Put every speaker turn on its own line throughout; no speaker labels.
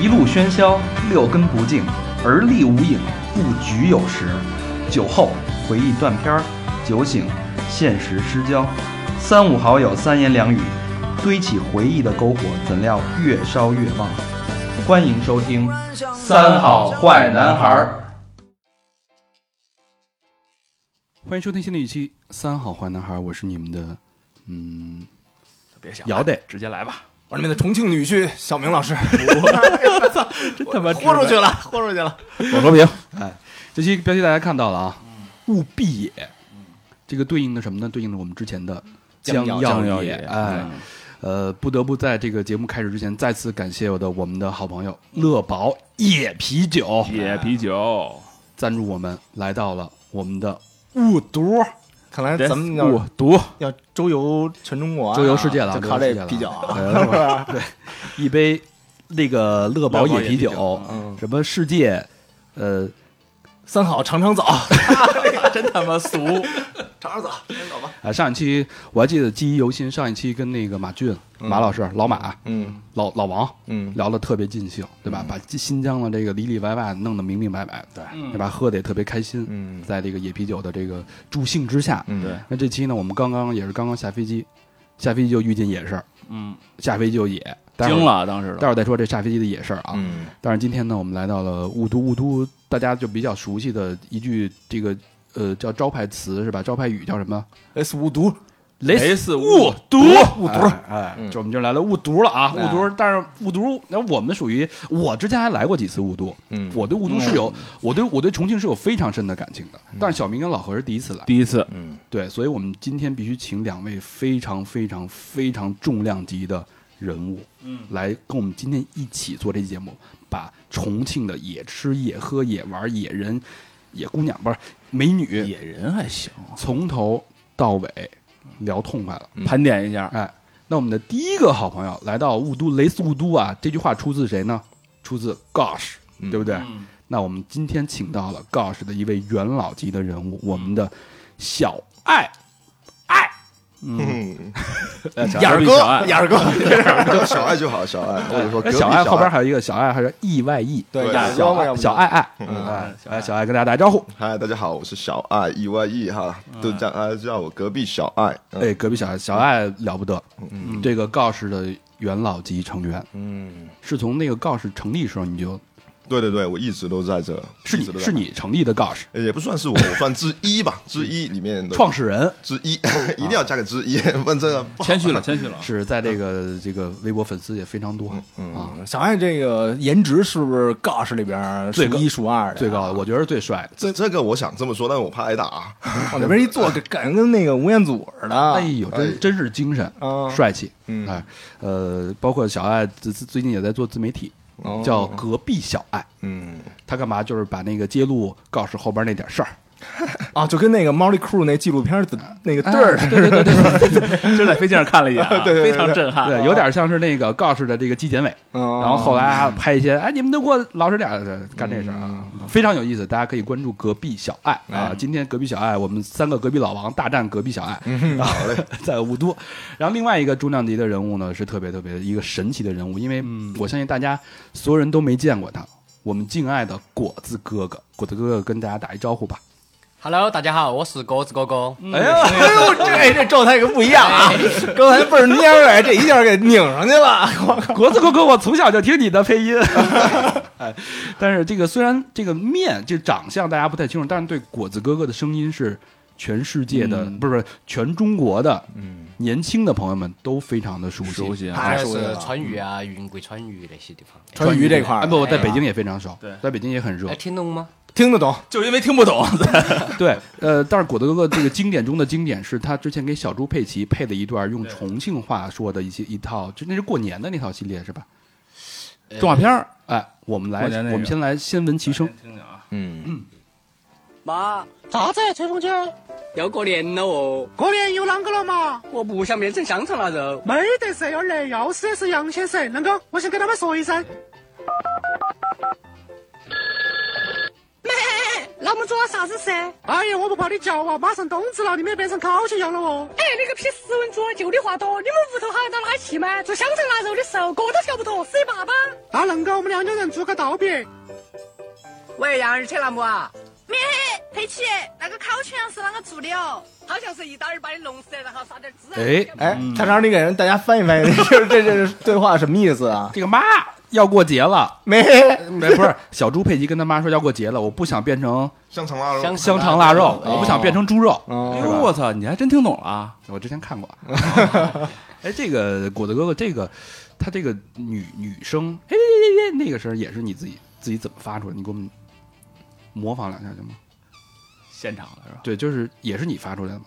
一路喧嚣，六根不净，而立无影，不局有时。酒后回忆断片儿，酒醒现实失焦。三五好友三言两语，堆起回忆的篝火，怎料越烧越旺。欢迎收听《三好坏男孩儿》。欢迎收听新的一期《三好坏男孩儿》，我是你们的，嗯，
别想，
姚得
直接来吧。
我是你们的重庆女婿小明 老师，
真他妈
豁出去了，豁出去了。
我说明，哎，这期标题大家看到了啊，
嗯
务必也，这个对应的什么呢？对应的我们之前的
将
要
要
也，
也
嗯
哎，呃，不得不在这个节目开始之前，再次感谢我的我们的好朋友乐宝野啤酒
嗯
哎
野啤酒，
赞助我们，来到了我们的雾都
看来咱们
雾
要
都
要周游全中国啊，
周游世界了，
就靠这
周游世界了
啤酒啊。
对对，一杯那个乐宝
乐宝
野
野
啤
啤酒
酒，
嗯
什么世界，呃。
三好尝 尝早，
真他妈俗。
尝尝早，尝尝早吧。
啊，上一期我还记得记忆犹新，上一期跟那个马俊、马老师、老马、
嗯
老老王
嗯，
聊得特别尽兴，对吧？把新疆的这个里里外外弄得明明白白，对对吧？喝得也特别开心，
嗯
在这个野啤酒的这个助兴之下，
嗯
对，
那这期呢，我们刚刚也是刚刚下飞机，下飞机就遇见野事儿，
嗯，
下飞机就野，待会儿
惊。了，当时的
待会儿再说这下飞机的野事儿啊。
嗯
但是今天呢，我们来到了雾都，雾都大家就比较熟悉的一句这个呃叫招牌词是吧？招牌语叫什么？
，S 无毒，
雷
死
雾毒雾
毒
哎，哎
嗯
这我们就来了雾毒了啊，雾
哎
毒。但是雾毒，那我们属于我之前还来过几次雾都，
嗯
我对雾都是有，我对我对重庆是有非常深的感情的。但是小明跟老何是第一次来，
第一次，
嗯
对，所以我们今天必须请两位非常非常非常重量级的人物，嗯，来跟我们今天一起做这期节目，把重庆的野吃、野喝、野玩、野人、野姑娘不是美女，
野人还行，啊
从头到尾聊痛快了。
盘点一下，
哎，那我们的第一个好朋友来到雾都雷斯雾都啊，这句话出自谁呢？出自 Gosh，对
嗯
不对？那我们今天请到了 Gosh 的一位元老级的人物，我们的小爱爱，
嗯，
雅
小
儿
爱小爱
哥，雅儿哥，
嗯
小爱就好，小爱，或者说隔
哎
壁
小爱后边还有一个小爱，还是 E Y E，
对，
对
雅儿
小
哥嘛，要
爱
不就
小爱，爱，
嗯
哎
小爱
哎，小爱跟大家打招呼。
嗨，大家好，我是小爱 E Y E 哈，都叫大家叫我隔壁小爱。嗯
嗯哎，隔壁小爱小爱了不得，这个 Gosh 的元老级成员，
嗯，
是从那个 Gosh 成立的时候你就。
对对对，我一直都在这，
是
一直
你
都在
是，你成立的 Gosh
呃也不算是我，我算之 一吧，之一里面的
创始人，
之一， 一定要加个之一， 问这个 不好
谦虚了，谦虚了。
是在这个这个微博粉丝也非常多啊，
小爱这个颜值是不是 Gosh 里边数
最高
一数二的？
最高的我觉得是最帅的。
这这个我想这么说，但是我怕挨打啊。
往那边一坐，感觉跟那个吴彦祖似的。
哎呦，真真是精神，
啊
帅气，哎，呃，包括小爱最最近也在做自媒体，叫隔壁小爱，
嗯
他干嘛就是把那个揭露告示后边那点事儿，
啊，就跟那个 Molly Crew 那纪录片的那个地儿似的。
对对对对
就在飞机上看了一眼啊，
对对对对
非常震撼。
对，有点像是那个告示的这个纪检委，
嗯
然后后来还拍一些，哎，你们都给我老实点儿干这事儿啊，非常有意思，大家可以关注隔壁小爱啊。今天隔壁小爱，我们三个隔壁老王大战隔壁小爱，然后 在雾都。然后另外一个重量级的人物呢，是特别特别一个神奇的人物，因为我相信大家所有人都没见过他。我们敬爱的果子哥哥，果子哥哥跟大家打一招呼吧。
Hello，大家好，我是狗子狗狗。
哎呀，
哎呦，这哎这状态可不一样啊！
哎
刚才倍儿蔫儿哎，这一下给拧上去了。我靠！
果子哥哥，我从小就听你的 配音。哎，但是这个虽然这个面这长相大家不太清楚，但是对果子哥哥的声音是全世界的，
嗯
不是不是全中国的、年轻的朋友们都非常的熟悉。
熟悉啊，
太熟悉
是
了
川渝啊，云贵川渝那些地方，
川渝这块
啊，
儿
不，在北京也非常熟，
哎对
在北京也很热
哎，。听懂吗？
听得懂，
就是因为听不懂，
对，呃，但是果子哥哥这个经典中的经典是他之前给小猪佩奇配的一段用重庆话说的一些一套，就那是过年的那套系列是吧？动画片儿，哎，我们来，
呃过年那个
我们先来先闻其声。
听听啊，
嗯，
妈，咋子？吹风机？要过年了哦，过年有啷个了嘛？我不想变成香肠腊肉。没得事，二雷，要死的是杨先生。啷个？我想跟他们说一声。
那么做啥子噻？
哎呀，我不怕你叫啊，马上冬至了，你们也变成烤全羊了哦。
哎，你个批斯文猪，就你话多！你们屋头好到哪去吗？做香肠腊肉的时候，锅都挑不脱，死爸爸。
大能哥，我们两家人做个道别。
喂，杨二车栏目啊，
咩？佩奇，那个烤全羊是啷个做的哦？
好像是一刀儿把你弄死，然后撒点孜然。
哎，
哎，叉叉，你给人大家翻译 翻译，就是这这是对话什么意思啊？
这个妈要过节了，
没，
哎，不是小猪佩奇跟他妈说要过节了，我不想变成
香肠腊肉，
香
香肠腊肉，
哎
我不想变成猪肉。
哎
哦
呦我操，你还真听懂了啊！
我之前看过， 哎，这个果子哥哥，这个他这个女女生，哎，那个声儿也是你自己自己怎么发出来？你给我们模仿两下行吗？
现场的是吧？
对，就是也是你发出来的吗？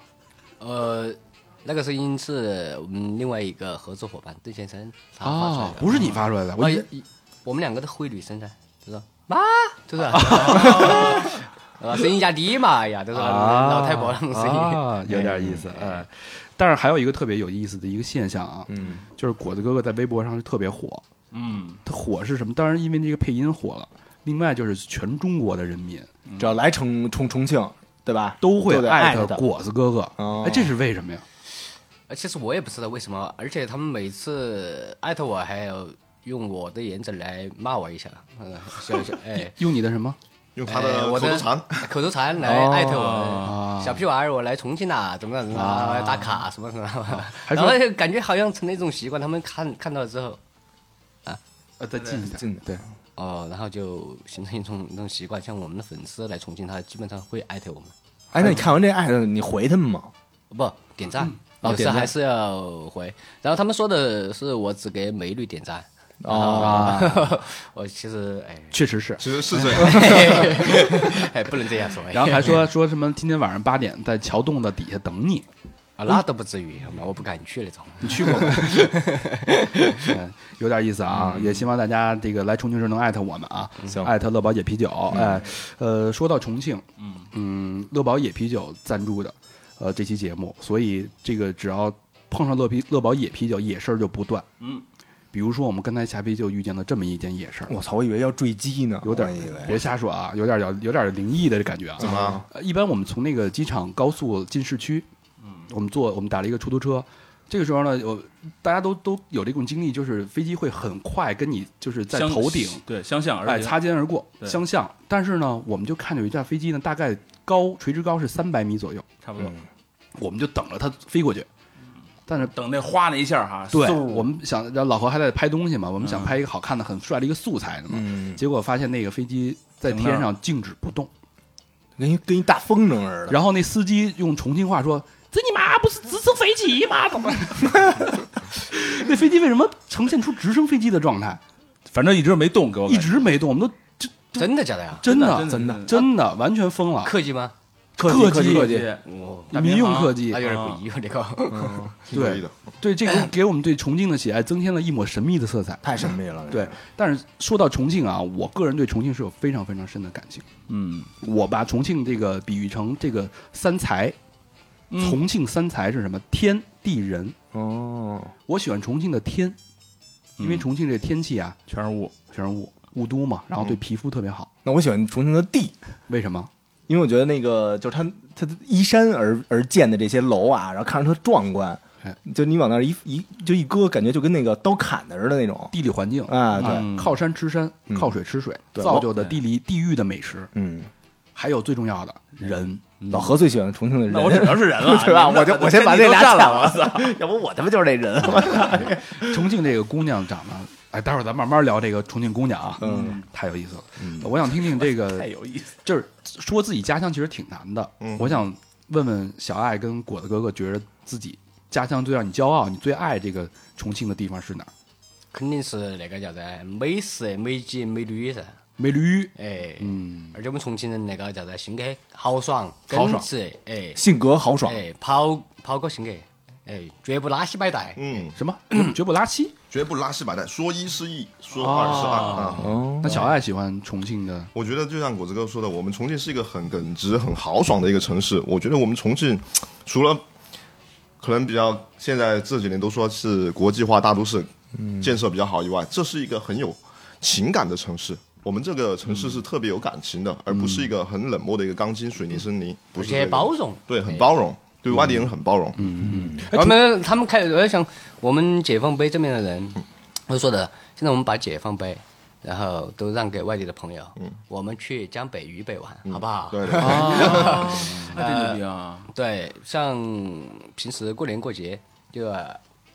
呃，那个声音是我们另外一个合作伙伴邓先生他发出来
啊，
的，
不是你发出来的，我
啊
以
也
为
我们两个的会女声噻，就是妈，就是 啊，啊声音压低嘛，哎呀，就是老太婆那种声音。
啊，有点意思，哎。但是还有一个特别有意思的一个现象啊，
嗯，
就是果子哥哥在微博上是特别火，
嗯，
他火是什么？当然因为这个配音火了，另外就是全中国的人民
只要来重重重庆，对吧？
都会
都得
艾
艾
特
特
果子哥哥，
哦
哎，这是为什么呀？
呃其实我也不知道为什么，而且他们每次艾特我，还要用我的颜值来骂我一下，嗯，笑一笑， 哎。
用你的什么？
用它
哎
的
我
口
的
头禅，
口头禅来
哦
艾特
啊
我，小屁娃儿，我来重庆啦，怎么样怎么样，我要打卡什么什么，
还
然
说
后就感觉好像成了一种习惯，他们看看到了之后，
呃，再近一点，
近
对，
哦，然后就形成一种一种习惯，像我们的粉丝来重庆，他基本上会艾特我们，
哎，那你看完这艾特，你回他们吗？
不点赞，
哦
有
点
时
赞
还是要回。然后他们说的是我只给美女点赞，
哦，
我其实哎
确实是。
其实是 这样，
哎不能这样说，哎
然后还说说什么今天晚上八点在桥洞的底下等你，
啊那都不至于，好吗我不敢去那种。
你去过吗？嗯， 有点意思啊，也希望大家这个来重庆时能艾特我们啊，
行
艾特乐宝野啤酒。哎，呃，说到重庆，嗯嗯，乐宝野啤酒赞助的，呃，这期节目，所以这个只要碰上乐啤乐宝野啤酒，野事儿就不断。嗯，比如说我们刚才下啤就遇见了这么一件野事儿，
我操，我以为要坠机呢，
有点
我
儿
以为
别瞎说啊，有点儿有有点儿灵异的感觉啊。
怎么
呃一般我们从那个机场高速进市区，我们坐我们打了一个出租车。这个时候呢，我大家都都有这种经历，就是飞机会很快跟你就是在
相
头顶
对相向而
哎
行
擦肩而过，
对
相向。但是呢，我们就看着有一架飞机呢，大概高垂直高是三百米左右，
差不多。
我们就等着它飞过去。但是
等那花那一下哈，
对，
嗖嗯
我们想，然后老何还在拍东西嘛，我们想拍一个好看的、很帅的一个素材的嘛，
嗯，
结果发现那个飞机在
停
天
那儿
上静止不动。
跟一跟一大风筝似的。
然后那司机用重庆话说：“这你妈不是直升飞机吗？怎么？ 那飞机为什么呈现出直升飞机的状态？
反正一直没动，给我
一
感觉
直没动，我们都
真的假的呀？
真的
真的真的
真的完全疯了。
客气吗？
客
客
机
气
客
客
机，
气，
哦，
嗯民用客机
那，有点诡异哦，这个。
挺可以的。
对这个给我们对重庆的喜爱增添了一抹神秘的色彩。
太神秘了，
对，但是说到重庆啊，我个人对重庆是有非常非常深的感情。
嗯，
我把重庆这个比喻成这个三才，重庆三才是什么？天地人。
哦，
我喜欢重庆的天，因为重庆这天气啊，
全是雾，
全是雾，雾都嘛，然后对皮肤特别好。
那我喜欢重庆的地，
为什么？
因为我觉得那个就是它它依山而而建的这些楼啊，然后看着特壮观
哎，
就你往那儿一一就一搁，感觉就跟那个刀砍的似的那种
地理环境，
啊，对，
嗯
靠山吃山，
嗯
靠水吃水，
对
造就的地理地域的美食，
嗯，
还有最重要的人。
老何最喜欢重庆的人，
那我只能是人了，
对吧？
你们
我就
那
我先把
天
这
地都
俩
占
抢
了，我
了， 要不我他妈就是那人，
重庆这个姑娘长得，哎，待会儿咱慢慢聊这个重庆姑娘啊，
嗯，哎
太有意思了。我想听听这
太
个，
有意思。
就是说自己家乡其实挺难的。
嗯
我想问问小爱跟果子哥哥，觉得自己家乡最让你骄傲，你最爱这个重庆的地方是哪儿？
肯定是那个叫啥美食、美景、美女噻。
美驴，
哎，
嗯，
而且我们重庆人那个叫啥性格豪爽、
豪爽
耿直，哎
性格豪爽，
哎，跑跑个性格，哎，绝不拉稀摆带。
嗯，
什么绝不拉稀？
绝不拉稀摆烂，说一是一，说二是二
哦
啊。
哦
那小爱喜欢重庆的
我觉得就像果子哥说的，我们重庆是一个很耿直、很豪爽的一个城市。我觉得我们重庆除了可能比较现在这几年都说
嗯
是国际化大都市，建设比较好以外，这是一个很有情感的城市。我们这个城市是特别有感情的，而不是一个很冷漠的一个钢筋水泥森
嗯
林，不
而
是这
且
个
包容。
对，很
哎
包容，对外地人很包容，嗯，
我们他们开，我在想，我们解放碑这边的人，都说的，现在我们把解放碑，然后都让给外地的朋友，我们去江北、渝北玩，好不 好？
对对，
那真牛逼啊！
呃对，像平时过年过节，就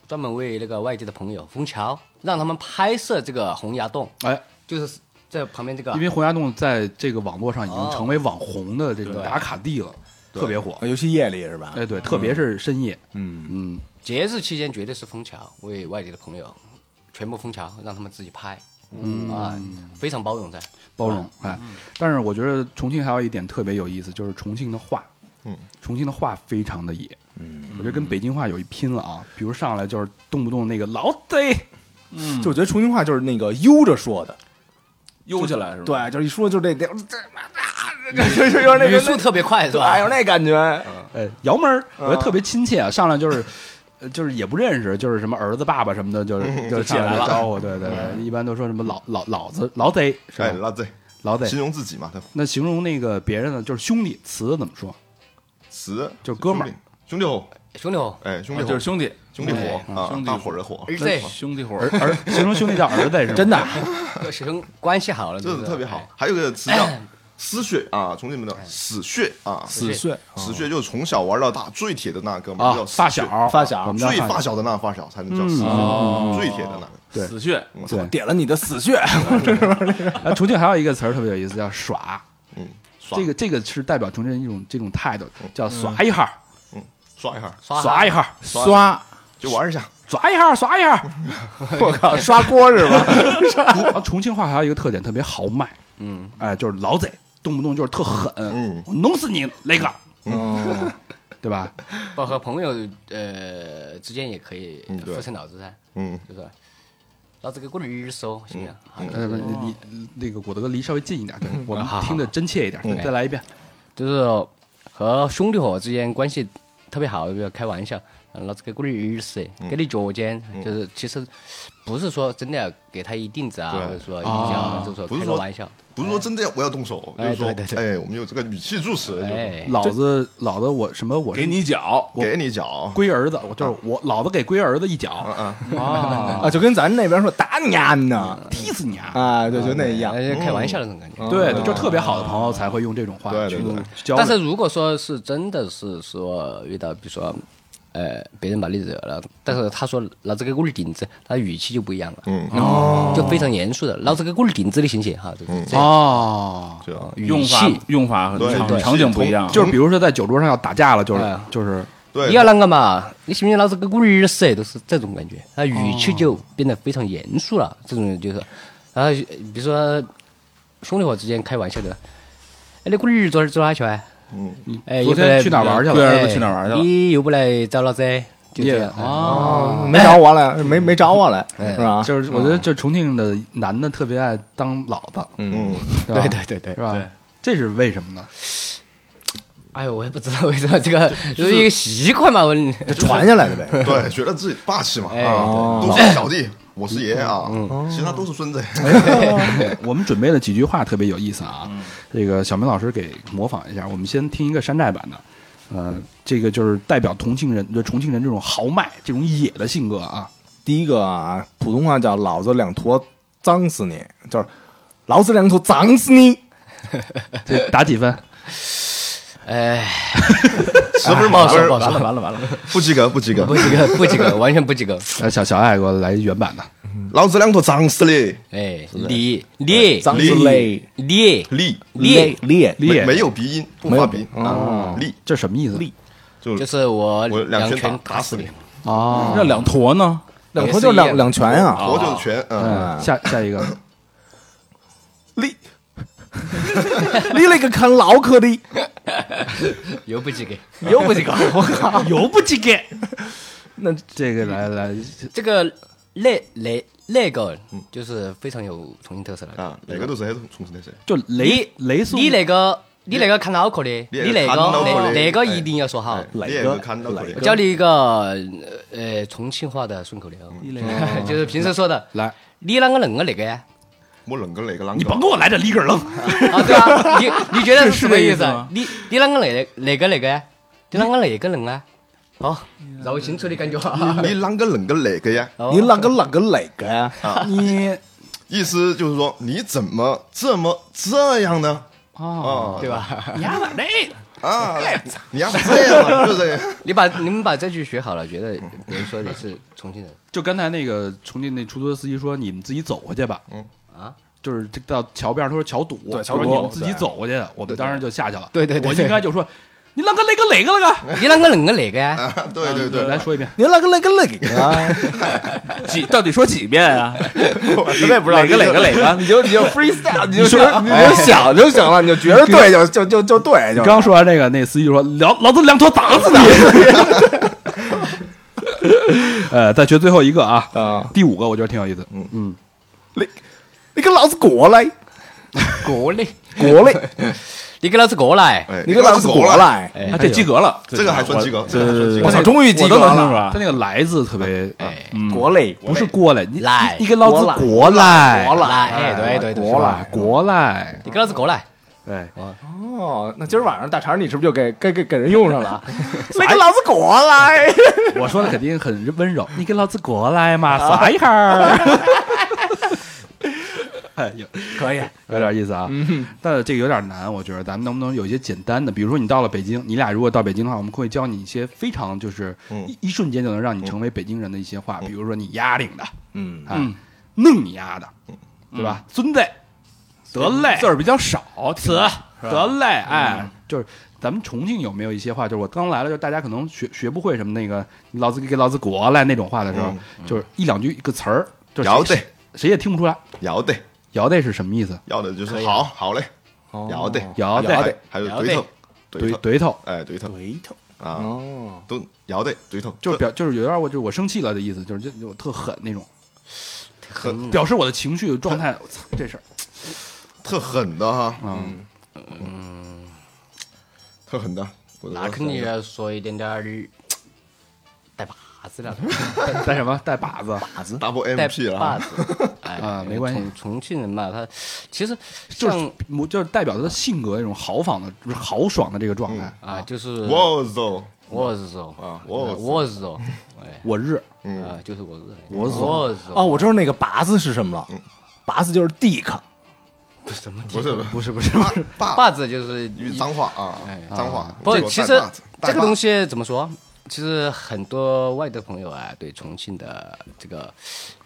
专门为那个外地的朋友枫桥，让他们拍摄这个洪崖洞，
哎，
就是这旁边这个
因为洪崖洞在这个网络上已经
哦
成为网红的这个
对
打卡地了，特别火。
尤其夜里是吧？
哎，对，特别是深夜，嗯嗯，
节日期间绝对是枫桥，为外地的朋友全部枫桥，让他们自己拍，嗯啊，非常包容的。
包容哎。但是我觉得重庆还有一点特别有意思，就是重庆的话，
嗯，
重庆的话非常的野，嗯，我觉得跟北京话有一拼了啊。比如上来就是动不动那个老贼，嗯
就我觉得重庆话就是那个悠着说的，
悠起来是吧？
对，就是一说就这这这这，就有点那
语
个
速特别快是
对，
吧？
有那感觉。
嗯
哎，姚门儿，我觉得特别亲切啊，上来就是。呃就是也不认识，就是什么儿子、爸爸什么的，就是就上来就招呼，对对对，一般都说什么老老老子、老贼是
哎，
吧？
那这
老贼
形，容自己嘛，他
那形容那个别人呢，就是兄弟词怎么说？
词
就是哥们儿
兄弟，兄弟伙，
兄弟伙，
哎，兄
啊
弟伙，
就是兄弟，
兄弟伙
哎
啊
兄，弟
大伙儿的伙，
儿子，
兄弟伙
儿儿形容兄弟叫儿子是吗？
真的，
兄关系好了，
这
就是
特别好。。还有一个词 叫丝血啊，重庆人的死血啊，
哎死
碎
死血就是从小玩到大最铁的那哥们儿
啊
叫，死
发
血
小
发小
我们叫
最
发
发
小，
小的那发小才能叫
嗯
死
哦
血，最铁的那个。
对
死穴，
嗯
对。
点了你的死 穴，
啊，重庆还有一个词儿特别有意思，叫耍，
嗯，耍
这个这个是代表重庆人一种这种态度，叫耍一下，
刷一下，
刷
耍一
下，
下，
刷，
就玩一下，
耍一下，耍一 下。
我靠，刷锅是 吧？
然后哦重庆话还有一个特点，特别豪迈，嗯，哎，就是老贼，动不动就是特狠，
嗯
我弄死你，雷哥，
嗯，
对吧？
包括朋友呃之间也可以
嗯对
互称老子噻，
嗯，
就是老子给过日子哦，行不行？好
呃，不你你那个果德哥离稍微近一点，对我们
好好
听得真切一点，对再来一遍。
就是和兄弟伙之间关系特别好，比如开玩笑，嗯老子给过日子，
嗯
给你脚尖，就是其实不是说真的要给他一定子啊，
对啊
或者说一脚，就是说
不是
开个
说
玩笑，
不是说真的我要动手，就
哎
是说
对对，对
哎，我们有这个语气助词，就是
哎，
老子，老子，我什么？我是
给你脚，
给你脚，
龟儿
啊
子，我就是我，老子给龟儿子一脚，
啊，就跟咱那边说打你啊呢，
踢死你啊！
啊，对，就那一样。
嗯
哎开玩笑的那种感觉。
对，就特别好的朋友才会用这种话
啊对
去
对对
交流。
但是如果说是真的是说遇到，比如说，呃，别人把你惹了，但是他说老子给我的顶子，他语气就不一样了，
嗯，
哦，就非常严肃的，老子给我的顶子，你行不行？哈，就是这样，
哦，
这样
语
用法
气，
用法很
对
场
对
场景不一样，
就是比如说在酒桌上要打架了，就是
哎
就是
对，
你要啷个嘛？你信不信老子给我日死？都是这种感觉，他
哦
语气就变得非常严肃了，这种就是，然后比如说兄弟伙之间开玩笑的，哎，你给我日昨儿走哪去啊？
嗯
你
哎，
昨
又不来
天去哪儿玩去
对
了？
儿
哎
子去哪儿玩去了
你又不来找老子？就这样
也。哦，
哦，没找我来，没没找我来，是
哎
吧？
啊
就是我觉得这重庆的男的特别爱当老子，
嗯，
对吧
对对
是。吧？这是为什么呢？
哎呦，我也不知道为什么这个就是一个习惯嘛。我
这传下来 的呗。
对，觉得自己霸气嘛，
哎嗯
啊，都是小弟，我是爷啊，其他都是孙子，
哎
我们准备了几句话特别有意思啊，
嗯
这个小明老师给模仿一下。我们先听一个山寨版的，呃，这个就是代表重庆人，就重庆人这种豪迈、这种野的性格啊。
第一个啊，普通话叫“老子两坨脏死你”，就是“老子两坨脏死你
这打几分？
哎，
十分满分，
啊完了完了，
不及格，不及格
不，及格，不及 格，完全不及格。
呃，小小爱给我来原版的。
老子两坨脏死嘞，
哎，你你”，
脏死嘞，
你
力
你，
咧，
力
没没有鼻音，不发鼻音啊，力
这什么意思？
就
就是我
我两拳
拳
打打死
死
你，
哦，
那两坨呢？
两坨就两两拳啊，
头就是拳，嗯，
嗯，下下一个，
立立了个啃老壳的，
又不及格。
又不及格，我 靠，
有不及格？
那
这个来来，
这个那那那个就是非常有重庆特色的。
啊，哪个都是黑冲那谁，
就雷雷速，
你那个你那个看脑壳的，你那
看脑壳
个
的
那个一
哎
定要说好。
哪个看到哪
我
个？
教你一个呃 呃重庆话的顺口溜，就是平时说的。
来，
你啷个恁个那个呀？
我冷个哪个啷个？
你甭跟我来这里个楞，
啊，对啊，你你觉得是什么
是这个意
意
思
思
吗？
你你啷个哪哪个哪个呀？你啷个哪个人啊？好，绕清楚的感觉啊。
你啷个冷个哪个呀？
哦
你哪个哪个哪个呀？
你
意思就是说你怎么这么这样呢？哦，
对吧？
你丫往那
啊，你要这样啊，就这样。
你把你们把这句学好了，觉得别人说你是重庆人，
就刚才那个重庆那出租车司机说，你们自己走过去吧。
嗯
啊，
就是这到桥边儿，他说桥堵，
对
说
桥堵
你们自己
对
走过去的，我们当时就下去了。
对对对
我应该就说，你啷个那个哪个了
你啷个哪个哪个呀？
啊对
个？
对对，
来说一遍，
你哪个哪个哪个啊呀？
几到底说几遍啊？
我也不知道
哪个哪个哪个？你就你 就 freestyle，你
你说
啊
你就想就行了，你就觉得对就就就就对就。
刚说完这个，那司机就说：“老老子两坨打死你！” 呃，再学最后一个啊，
啊，
第五个我觉得挺有意思，
你你给老子过来
过来，
过来，
你给老子过来！
哎，
你给老子过
了，
来！
哎
啊，这及格了，
这个还算及格，这个还算及格
我操，终于及
我
格
都能听出
了。
来
他。那个“来”字特别，
哎
嗯
过来，
不是过来，你你
来
你给老子过来，
过来，
来，哎，对对对，
过来，
过来，哎
你给老子过
哎
来！
对，
哦，那今儿晚上大肠你是不是就给给给给人用上了？你给老子过来！
我说的肯定很温柔，你给老子过来嘛，啥样儿？ 哎呦，
可以，
有点意思啊，但这个有点难，我觉得咱们能不能有一些简单的？比如说你到了北京，你俩如果到北京的话，我们会教你一些非常就是
嗯
一一瞬间就能让你成为北京人的一些话，比如说你丫领的，
嗯，
哎，弄你丫的，对吧？孙子，嗯得嘞，
字儿比较少，
此得嘞，哎，就是咱们重庆有没有一些话，就是我刚来了，就大家可能学学不会什么那个“老子给老子过来”那种话的时候
嗯，
就是一两句一个词儿，就是
要
谁
得
谁也听不出来，
要得
摇的是什么意思？
要的就是好好嘞，要哦得
摇
还
的
还有对头
怼
对头
怼头。
哎对头
回头
啊，
哦，
都要得对头，
就是表就是有点我就是我生气了的意思，就是就我特狠那种，
很
表示我的情绪状态。我操，这事儿，
特狠的哈，
嗯，
特狠的，我
那肯定要说一点点儿带把子 了，
带带什么带把子，
double
带
MP 了
把
哈，
子。 哎
啊没关系
重重庆人嘛，他其实
就是
像
我就是代表他的性格那种豪放的、不是豪爽的这个状态。
啊，就是
哇哦，
我是说
啊
我
我嗯是
我是说，
我日，
哎啊，就是我是
我是
我是
哦，我知道那个拔子是什么了，拔子就是 dick，
不是
不是不是，哎
爸爸
把子就是
与脏话啊，脏话。
不
这，个
其
带
实
把子
这
带
个
把
东
子
西怎么说？其实很多外地朋友啊，对重庆的这个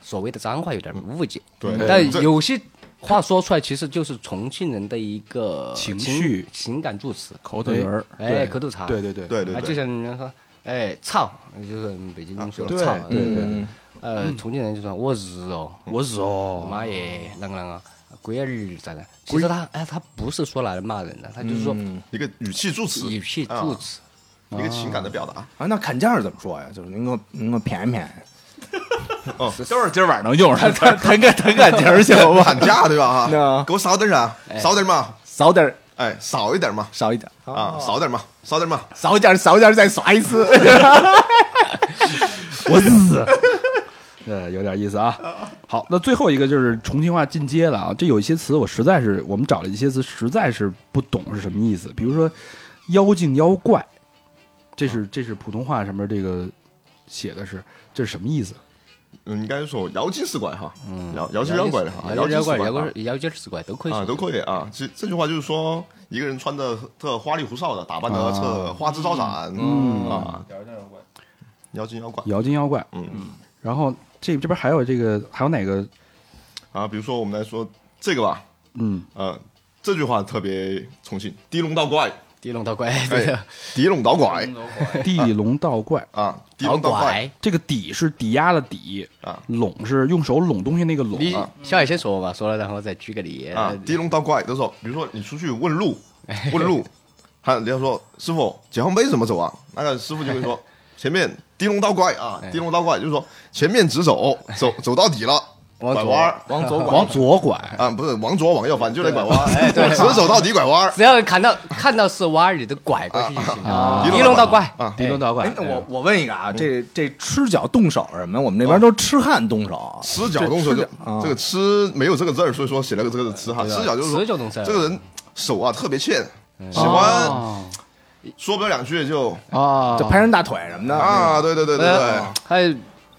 所谓的脏话有点误解。
对
嗯
但
嗯这
有些话说出来，其实就是重庆人的一个
情
情
绪
情感助词。
口头人儿，
哎，
对
口头禅。
对对对，
对对
啊，就
对，
像人家说，哎，操，就是北京人说
啊
的
对嗯
操。
对
对对。呃，重庆人就说我日哦，
我日哦，
妈耶，啷个啷个，龟儿咋的？其实他哎，他不是说来骂人的，他就是说
一个语气助词，
语气
啊
助词。
一个情感的表达。
啊，那砍价怎么说呀？就是您给我您给我便宜便宜，
嗯
哦
都是今儿晚上能用上的。
谈个谈感情行
我
吧？
喊价对吧？
那
嗯
哈，给我少点啊，
哎
少点嘛，
少点儿
哎，少一点嘛，
少一点
哦
儿
啊，少点嘛，少点嘛，
少点儿少点儿再耍一次。
我日，呃，有点意思啊。好，那最后一个就是重庆话进阶了啊。这有一些词我实在是，我们找了一些词实在是不懂是什么意思，比如说“妖精”“妖怪”，这是这是普通话上面这个写的是这是什么意思？
嗯，应该说摇精使拐哈，摇摇
摇
精妖怪的哈，
摇
精
摇
使
摇
啊
怪，摇精使拐都可以
啊，都可以啊。其实这句话就是说，一个人穿的特花里胡哨的，打扮的特花枝招展，嗯啊，妖精妖怪
妖精妖怪，
嗯，
然后这这边还有这个还有哪个？
啊。比如说我们来说这个吧，
嗯，
呃，这句话特别重庆，狄龙倒拐，
地龙头怪， 对
哎，狄龙倒拐
地龙倒怪，
啊，狄
老
龙倒拐，
拐。
这个底是抵押的底
啊，
拢是用手拢东西那个拢，啊
你小野先说吧，说了然后再举个例
啊，狄龙倒拐的时候，比如说你出去问路，
哎
问路，他人家说师傅解放碑怎么走啊？那个师傅就 会说
哎
前面狄龙倒拐啊，狄龙倒拐就是说前面直走，走走到底了，
往
拐
左
弯儿
往左拐，
往左拐，
啊，不是往左往右，反正就得拐弯， 哎，
对
死守到底拐 弯，
只要看到看到是弯儿，你就拐过去就行了，啊
一
一
路
路
到
到
拐
拐
啊
狄龙倒拐
哎，。那我我问一个
嗯
啊，这这吃脚动手是什么？我们那
啊
边都吃汉动手，
吃脚动 手就
啊
这个吃没有这个字儿，所以说写了个这个吃哈，吃脚就是说
吃脚动手嗯
这个人手啊特别欠，喜欢
哦
说不了两句就
啊，
就拍人大腿什么
哎
的。
啊，对对对对对。
还有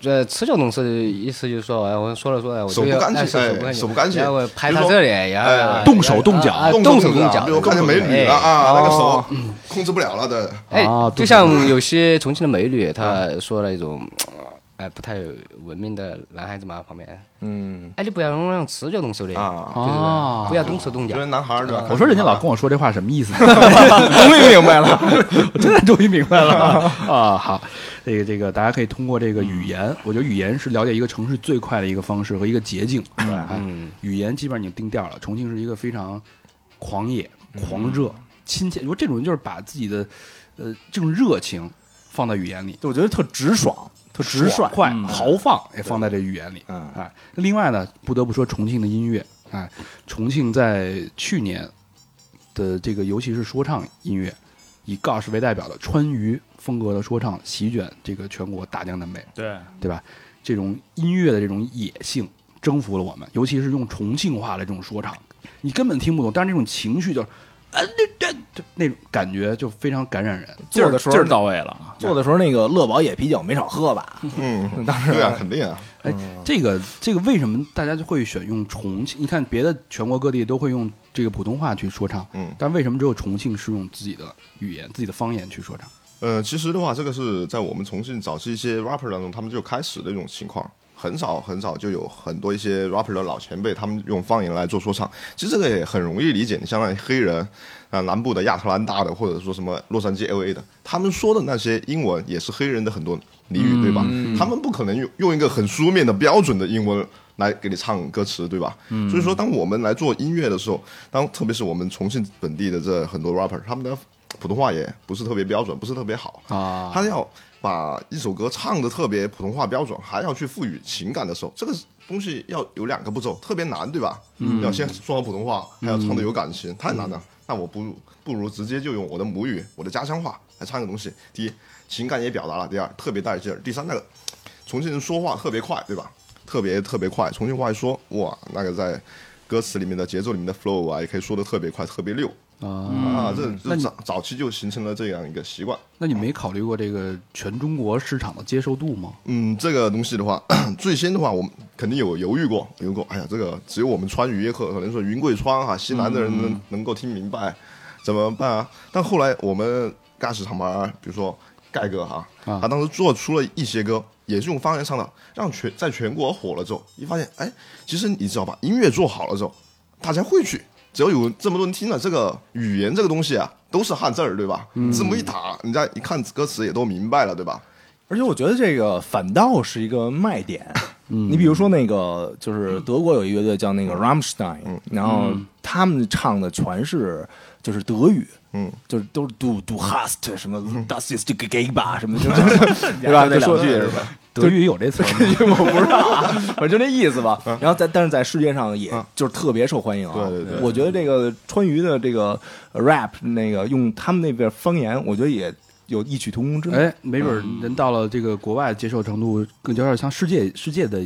呃，吃脚动手的意思就是说，哎，我说了说了，我就
手不
要
干净
哎手
哎手
手不
不干净
然后我拍
比
他
如说
这里，然后
哎
然后
动手动脚
啊啊
动
动
手
手动
脚，
脚，
比如看见美女了
哎
啊，那个手
哦
控制不了了的，
哎
啊，
就
对
像有些重庆的美女，她说了一种，哎，不太文明的男孩子嘛，旁边，
嗯，
哎，你不要用那种持久动手的
啊
就是
哦
不要动手动脚
因为，男孩儿对吧？
嗯我说人家老跟我说这话什么意思呢？
终于明白 了。
我真的终于明白 了啊！好，这个这个，大家可以通过这个语言，我觉得语言是了解一个城市最快的一个方式和一个捷径。嗯，语言基本上已经定调了。重庆是一个非常狂野、狂热、
嗯
亲切。我说这种人就是把自己的呃这种热情放到语言里，
我觉得特直爽，特直率，
爽快、
嗯
豪放也放在这语言里。
嗯
哎，另外呢，不得不说重庆的音乐，哎，重庆在去年的这个，尤其是说唱音乐，以 Gosh 为代表的川渝风格的说唱席卷这个全国大江南北，
对，
对吧？这种音乐的这种野性征服了我们，尤其是用重庆话的这种说唱，你根本听不懂，但是这种情绪就是。啊，那这这那种感觉就非常感染人，
劲
做
儿
的时
劲
候
儿到位了，
做的时候那个乐宝野啤酒没少喝吧？
嗯，
当时
对啊，肯定啊，
哎，
嗯
这个这个为什么大家就会选用重庆？你看别的全国各地都会用这个普通话去说唱，
嗯
但为什么只有重庆是用自己的语言、自己的方言去说唱？
呃，其实的话，这个是在我们重庆早期一些 rapper 当中，他们就开始的一种情况，很少很少就有很多一些 rapper 的老前辈，他们用方言来做说唱。其实这个也很容易理解，你像那黑人啊、南部的亚特兰大的，或者说什么洛杉矶 LA 的，他们说的那些英文也是黑人的很多俚语，对吧？他们不可能用用一个很书面的标准的英文。来给你唱歌词，对吧？所以说，当我们来做音乐的时候，当特别是我们重庆本地的这很多 rapper，他们的普通话也不是特别标准，不是特别好啊。他要把一首歌唱的特别普通话标准，还要去赋予情感的时候，这个东西要有两个步骤，特别难，对吧？嗯，要先说好普通话，还要唱的有感情，太难了。那我不如不如直接就用我的母语，我的家乡话来唱个东西。第一，情感也表达了；第二，特别带劲儿；第三，那个重庆人说话特别快，对吧？特别特别快，重庆话一说，哇，那个在歌词里面的节奏里面的 flow 啊，也可以说的特别快，特别溜
啊
嗯
啊。这
那
这
你
早早期就形成了这样一个习惯。
那你没考虑过这个全中国市场的接受度吗？
嗯，这个东西的话， 最先的话，我们肯定有犹豫过，犹豫过。哎呀，这个只有我们川渝可可能说云贵川啊，西南的
嗯
人能、能够听明白，怎么办啊？但后来我们干市场牌，比如说盖哥哈、
啊
他当时做出了一些歌，也是用方言唱的，让全在全国火了之后，一发现，哎，其实你知道吧，音乐做好了之后，大家会去。只要有这么多人听了这个语言这个东西啊，都是汉字儿对吧？
嗯
字母一打，人家一看歌词也都明白了对吧？
而且我觉得这个反倒是一个卖 点。你比如说那个，就是德国有一乐队叫那个 Ramstein，、然后他们唱的全是就是德语，
嗯，
就是都是 du du hast 什么 das ist g e g b a 什么， 就是对吧？就说句是 吧？
德语有这词儿吗？
我不知道 啊，反正就这意思吧。然后在但是在世界上也就是特别受欢迎啊。
对对对
我觉得这个川渝的这个 rap 那个用他们那边方言，我觉得也有异曲同工之妙。
哎，没准儿
嗯
人到了这个国外接受程度更有点像世界世界的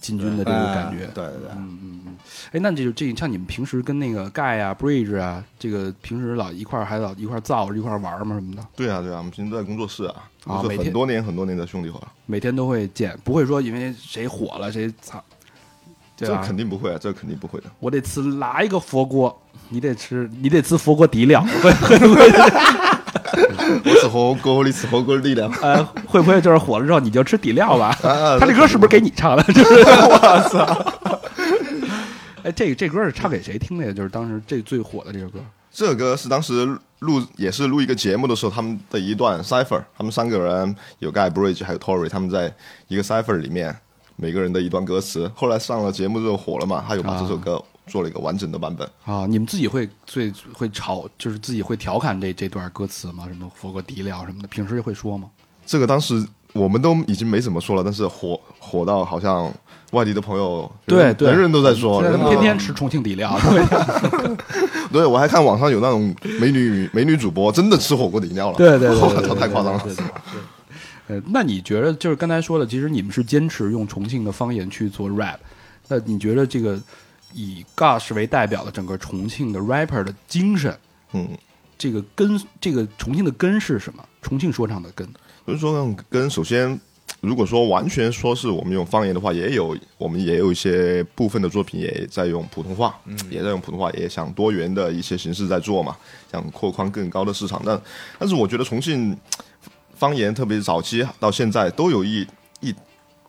进军的这个感觉
哎。对对对，
哎，那这就这像你们平时跟那个盖啊、Bridge 啊，这个平时老一块儿还老一块儿造一块儿玩儿吗什么的？
对啊，对啊，我们平时都在工作室啊，
啊
都
每
是
天
很多年很多年的兄弟伙了，
每天都会见，不会说因为谁火了谁操，对
这
吧？
肯定不会啊，这肯定不会的。
我得吃哪一个佛锅，你得吃，你得吃佛锅底料， 会会不会？
我是火锅，你是火锅的力 量。
呃，会不会就是火了之后你就吃底料吧？
啊
他这歌是不是给你唱的？就是我操！ 哎，这这歌是唱给谁听的呀？就是当时这最火的这个歌
这首歌是当时录也是录一个节目的时候，他们的一段 cipher，他们三个人有盖 Bridge 还有 Tory，他们在一个 cipher 里面每个人的一段歌词。后来上了节目之后火了嘛，他有把这首歌做了一个完整的版本。
啊！你们自己会最会吵，就是自己会调侃这这段歌词吗？什么佛锅底料什么的，平时会说吗？
这个当时我们都已经没怎么说了，但是火火到好像外地的朋友
对
人
对，
人人都在说，
现在他们
人
天天吃重庆底料，对
对我还看网上有那种美女美女主播真的吃火锅底料 了，
对对对对，
我操，
对
太夸张。了
对。对对对对呃，那你觉得就是刚才说的，其实你们是坚持用重庆的方言去做 rap，那你觉得这个以 Gush 为代表的整个重庆的 rapper 的精神，
嗯，
这个根，这个重庆的根是什么？重庆说唱的根，
就是说呢，跟首先，如果说完全说是我们用方言的话，也有我们也有一些部分的作品也在用普通话，
嗯
也在用普通话，也想多元的一些形式在做嘛，想拓宽更高的市场。但但是我觉得重庆方言，特别是早期到现在，都有一一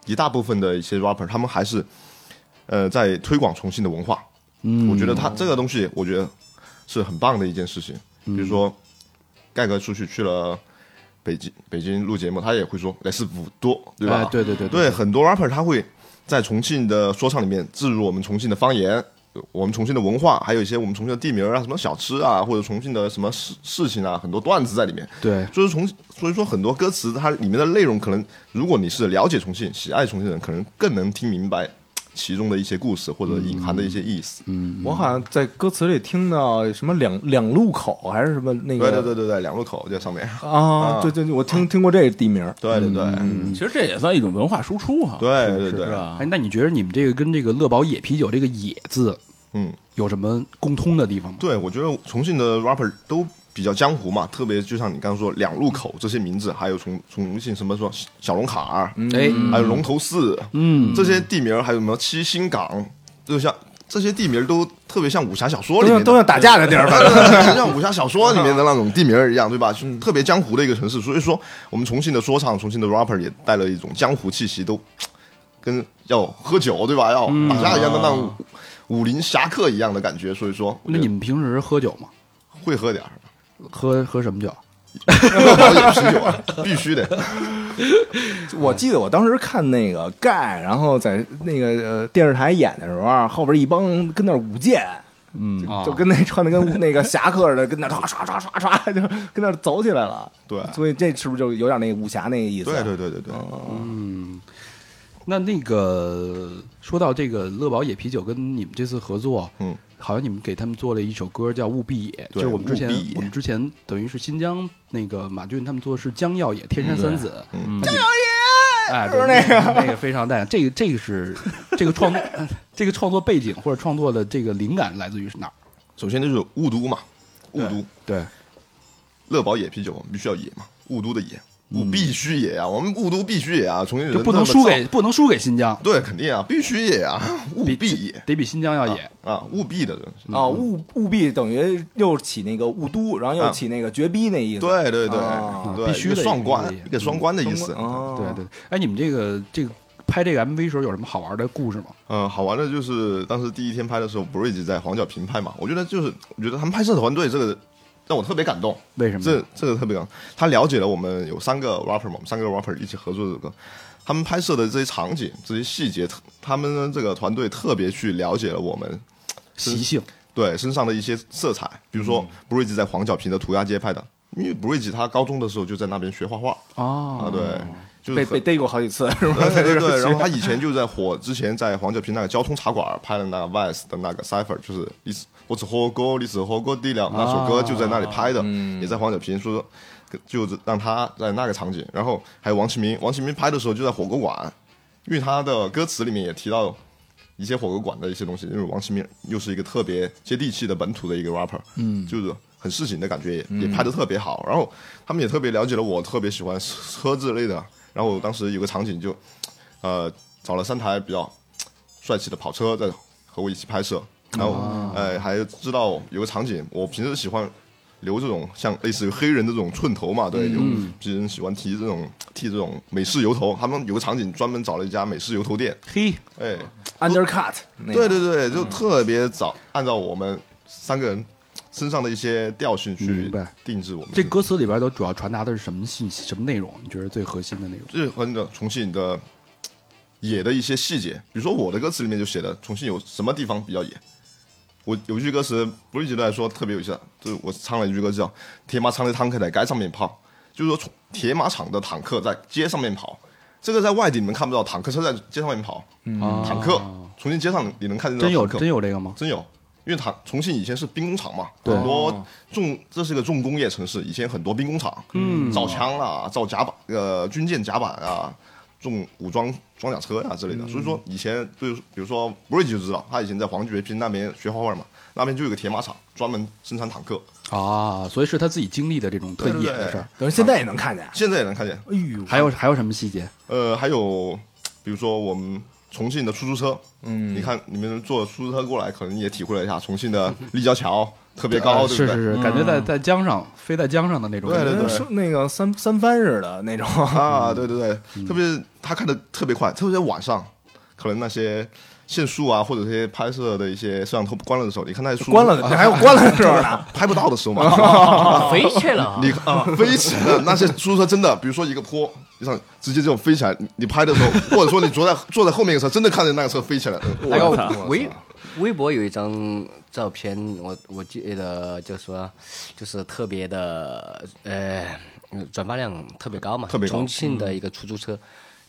一大部分的一些 rapper，他们还是呃在推广重庆的文化。嗯，我觉得他这个东西，我觉得是很棒的一件事情。比如说，盖哥出去去了。北京北京录节目，他也会说来是五多，对吧？
哎对对对对
对，很多 rapper 他会在重庆的说唱里面置入我们重庆的方言。我们重庆的文化，还有一些我们重庆的地名啊，什么小吃啊，或者重庆的什么事事情啊，很多段子在里面。
对，
所以重，所以说很多歌词它里面的内容，可能如果你是了解重庆、喜爱重庆的人，可能更能听明白其中的一些故事或者隐含的一些意思。
我好像在歌词里听到什么两两路口还是什么那个
对对对对对，两路口在上面。
啊，对对，对我听听过这个地名，
对对对，
其实这也算一种文化输出哈，
嗯对对对
是，吧？
哎，那你觉得你们这个跟这个乐宝野啤酒这个“野”字
嗯。
有什么共通的地方吗？
对，我觉得重庆的 rapper 都比较江湖嘛，特别就像你刚刚说两路口这些名字，还有重重庆什么说小龙坎儿，
嗯
哎，
还有龙头寺，嗯，这些地名儿还有什么七星岗，就像这些地名儿都特别像武侠小说
都
里面
像
的
都像打架的地儿吧。
就像武侠小说里面的那种地名儿一样，对吧？就是特别江湖的一个城市，所以说我们重庆的说唱、重庆的 rapper 也带了一种江湖气息，都跟要喝酒，对吧？要打架一样的那种武林侠客一样的感觉，所以说我
那
觉
你
得
们平时喝酒吗？
会喝点儿。
喝喝什么酒？
也啤酒啊，必须的。
我记得我当时看那个盖，然后在那个呃电视台演的时候啊，后边一帮跟那儿舞剑，嗯，就跟那穿的跟那个侠客似的，跟那唰唰唰唰唰就跟那儿走起来了。
对
所以这是不是就有点那个武侠那个意思？啊
对对对对对，
嗯那那个说到这个乐宝野啤酒跟你们这次合作，
嗯，
好像你们给他们做了一首歌叫《务必野》，就
对
是我们之前
务必野
我们之前等于是新疆那个马俊他们做的是江耀野天山三子，
嗯
嗯江耀野，哎，就是那个那个非常带，这个这个是这个创作这个创作背景或者创作的这个灵感来自于是哪儿？
首先就是雾都嘛，雾都
对，
乐宝野啤酒，我们必须要野嘛，雾都的野，雾必须野啊，我们雾都必须野啊，重庆人
嗯就不能
这么
输
造
给，不能输给新疆，
对，肯定啊，必须野啊，务必野
得比新疆要野。
啊，务必的人，
啊，务务必等于又起那个雾都，然后又起那个绝逼那意思。
啊对对对
啊
对，
必须的
一个双
一个嗯
关，
野
一个双关的意思。
哦，
对对，对哎，你们这个这个拍这个 MV 时候有什么好玩的故事吗？
嗯，好玩的就是当时第一天拍的时候，Bridge 在黄角坪拍嘛，我觉得就是我觉得他们拍摄团队这个让我特别感动，
为什么？
这这个特别刚，他了解了我们有三个 rapper 嘛，我们三个 rapper 一起合作这首歌，他们拍摄的这些场景、这些细节，特他们这个团队特别去了解了我们
习性。
对身上的一些色彩，比如
嗯
说 Bridge 在黄角坪的涂鸦街拍的，因为 Bridge 他高中的时候就在那边学画画
哦
啊，对，就是
被
很
被逮过好几次，是吧？
对对对，然后他以前就在火之前在黄角坪那个交通茶馆拍了那个 Vice 的那个 Cipher，就是你只我只喝过你只喝过地了那首歌就在那里拍的，
啊
也在黄角坪说，就是让他在那个场景，然后还有王启明，王启明拍的时候就在火锅馆，因为他的歌词里面也提到一些火锅馆的一些东西，因为王启明又是一个特别接地气的本土的一个 rapper，嗯，就是很市井的感觉也，也、拍的特别好。然后他们也特别了解了我特别喜欢车之类的。然后当时有个场景就，呃，找了三台比较帅气的跑车在和我一起拍摄，然后、
啊
呃还知道有个场景，我平时喜欢留这种像类似于黑人的这种寸头嘛，
嗯
对，就别人喜欢剃这种剃这种美式油头，他们有个场景专门找了一家美式油头店，
嘿，
哎，
undercut，那
对
个
对对，
嗯
就特别早，按照我们三个人身上的一些调性去
明白
定制我们
这歌词里边都主要传达的是什么信息、什么内容？你觉得最核心的内容？
就是和那个重庆的呃野的一些细节，比如说我的歌词里面就写的重庆有什么地方比较野。我有一句歌词，不是一直来说特别有效，就是我唱了一句歌叫“铁马厂的坦克在街上面跑”，就是说从铁马厂的坦克在街上面跑，这个在外地你们看不到，坦克车在街上面跑，坦克，重庆街上你能看见
啊哦真有
坦克
真嗯有这个吗？
真有，因为它重庆以前是兵工厂嘛，
对
很多重这是个重工业城市，以前很多兵工厂，嗯，造枪啦，造甲板，呃，军舰甲板啊，重武装装甲车呀、之类的。所以说以前就是比如说 Bridge 就知道，他以前在黄觉平那边学画画嘛，那边就有个铁马厂，专门生产坦克，
啊，所以是他自己经历的这种特
对对
野的事儿。
等于现在也能看见。
现在也能看见。
哎呦，
还有还有什么细节？
呃，还有比如说我们。重庆的出租车，嗯，你看你们坐出租车过来，可能也体会了一下重庆的立交桥特别高，对不
呃是
对？
是是，感觉在在江上飞在江上的那种。
对对
跟说那个三三番似的那种，
啊，
嗯
对对对，特别是他看的特别快，特别在晚上，可能那些限速啊，或者这些拍摄的一些摄像头关了的时候，你看那些速度啊
关了还有关了 的时候呢。
拍不到的时 候嘛，
飞起来了啊
你啊飞起来了，那些出租车真的，比如说一个坡，你上直接这种飞起来，你你拍的时候，或者说你坐在坐在后面的时候，真的看见那个车飞 起来了，
哎
那
我
个微微博有一张照片，我我记得就说就是特别的呃转发量特别高嘛，
特别高
重庆的一个出租车，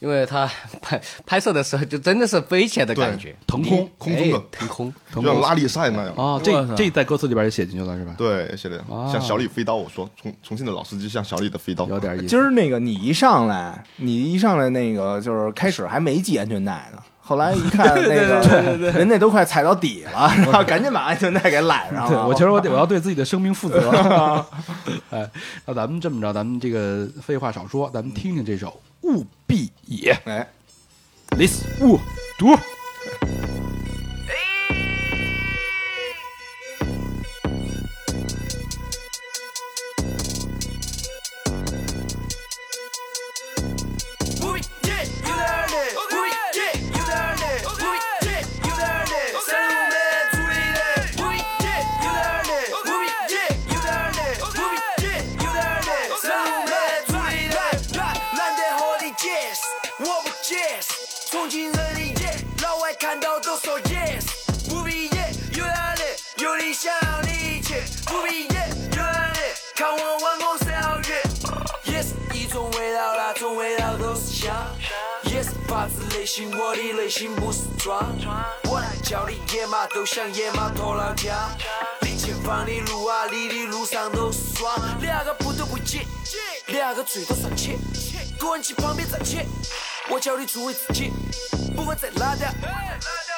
因为他 拍拍摄的时候就真的是飞起来的感觉，
腾空
你
空中的
哎腾空，
就像拉力赛那样。
啊，这这在歌词里边也写进去了是吧？
对，写的像小李飞刀，我说重重庆的老司机像小李的飞刀，
有点意思。
今儿那个你一上来，你一上来那个就是开始还没系安全带呢，后来一看那个人那都快踩到底了，然后赶紧把安全带给揽上
对，
啊
了。
我觉得 我得我要对自己的生命负责。 哎，那咱们这么着，咱们这个废话少说，咱们听听这首《务必也》
哎，
，This 务读。
重庆人的夜，老外看到都说 yes，不必夜，有点累，有理想的一切，不必夜，有点累，看我弯弓射好远，yes，一种味道，那种味道都是香，yes，发自内心，我的内心不是装，我来教你野马，都像野马脱了缰，你前方的路啊，你的路上都是霜，两个不得不接，两个最多上去，滚去旁边站起，我教你做为自己，不管在哪点，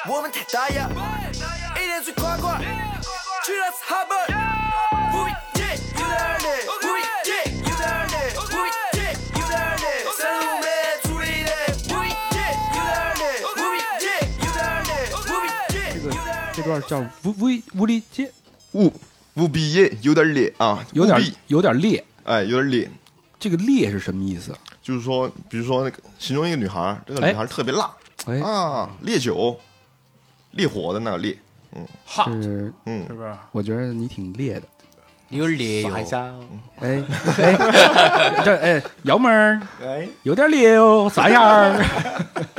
我们太打压，一点最夸夸，去了是哈本，不一定有点累，不一定有点累，不一定有点累，山路没处理的，不一定有点累，不一定有点累，不一定有点累。
这段叫无无无理解，
务务必夜有点累啊，
有点
务必
有点烈。
哎有点累，
这个烈是什么意思？
就是说，比如说那个形容一个女孩儿，这个女孩儿特别辣、
哎，
啊，烈酒，烈火的那个烈，
是
嗯
是不是？我觉得你挺烈的。
有烈哟，
哎哎，这哎，姚妹儿
哎，
有点烈哦，啥样儿？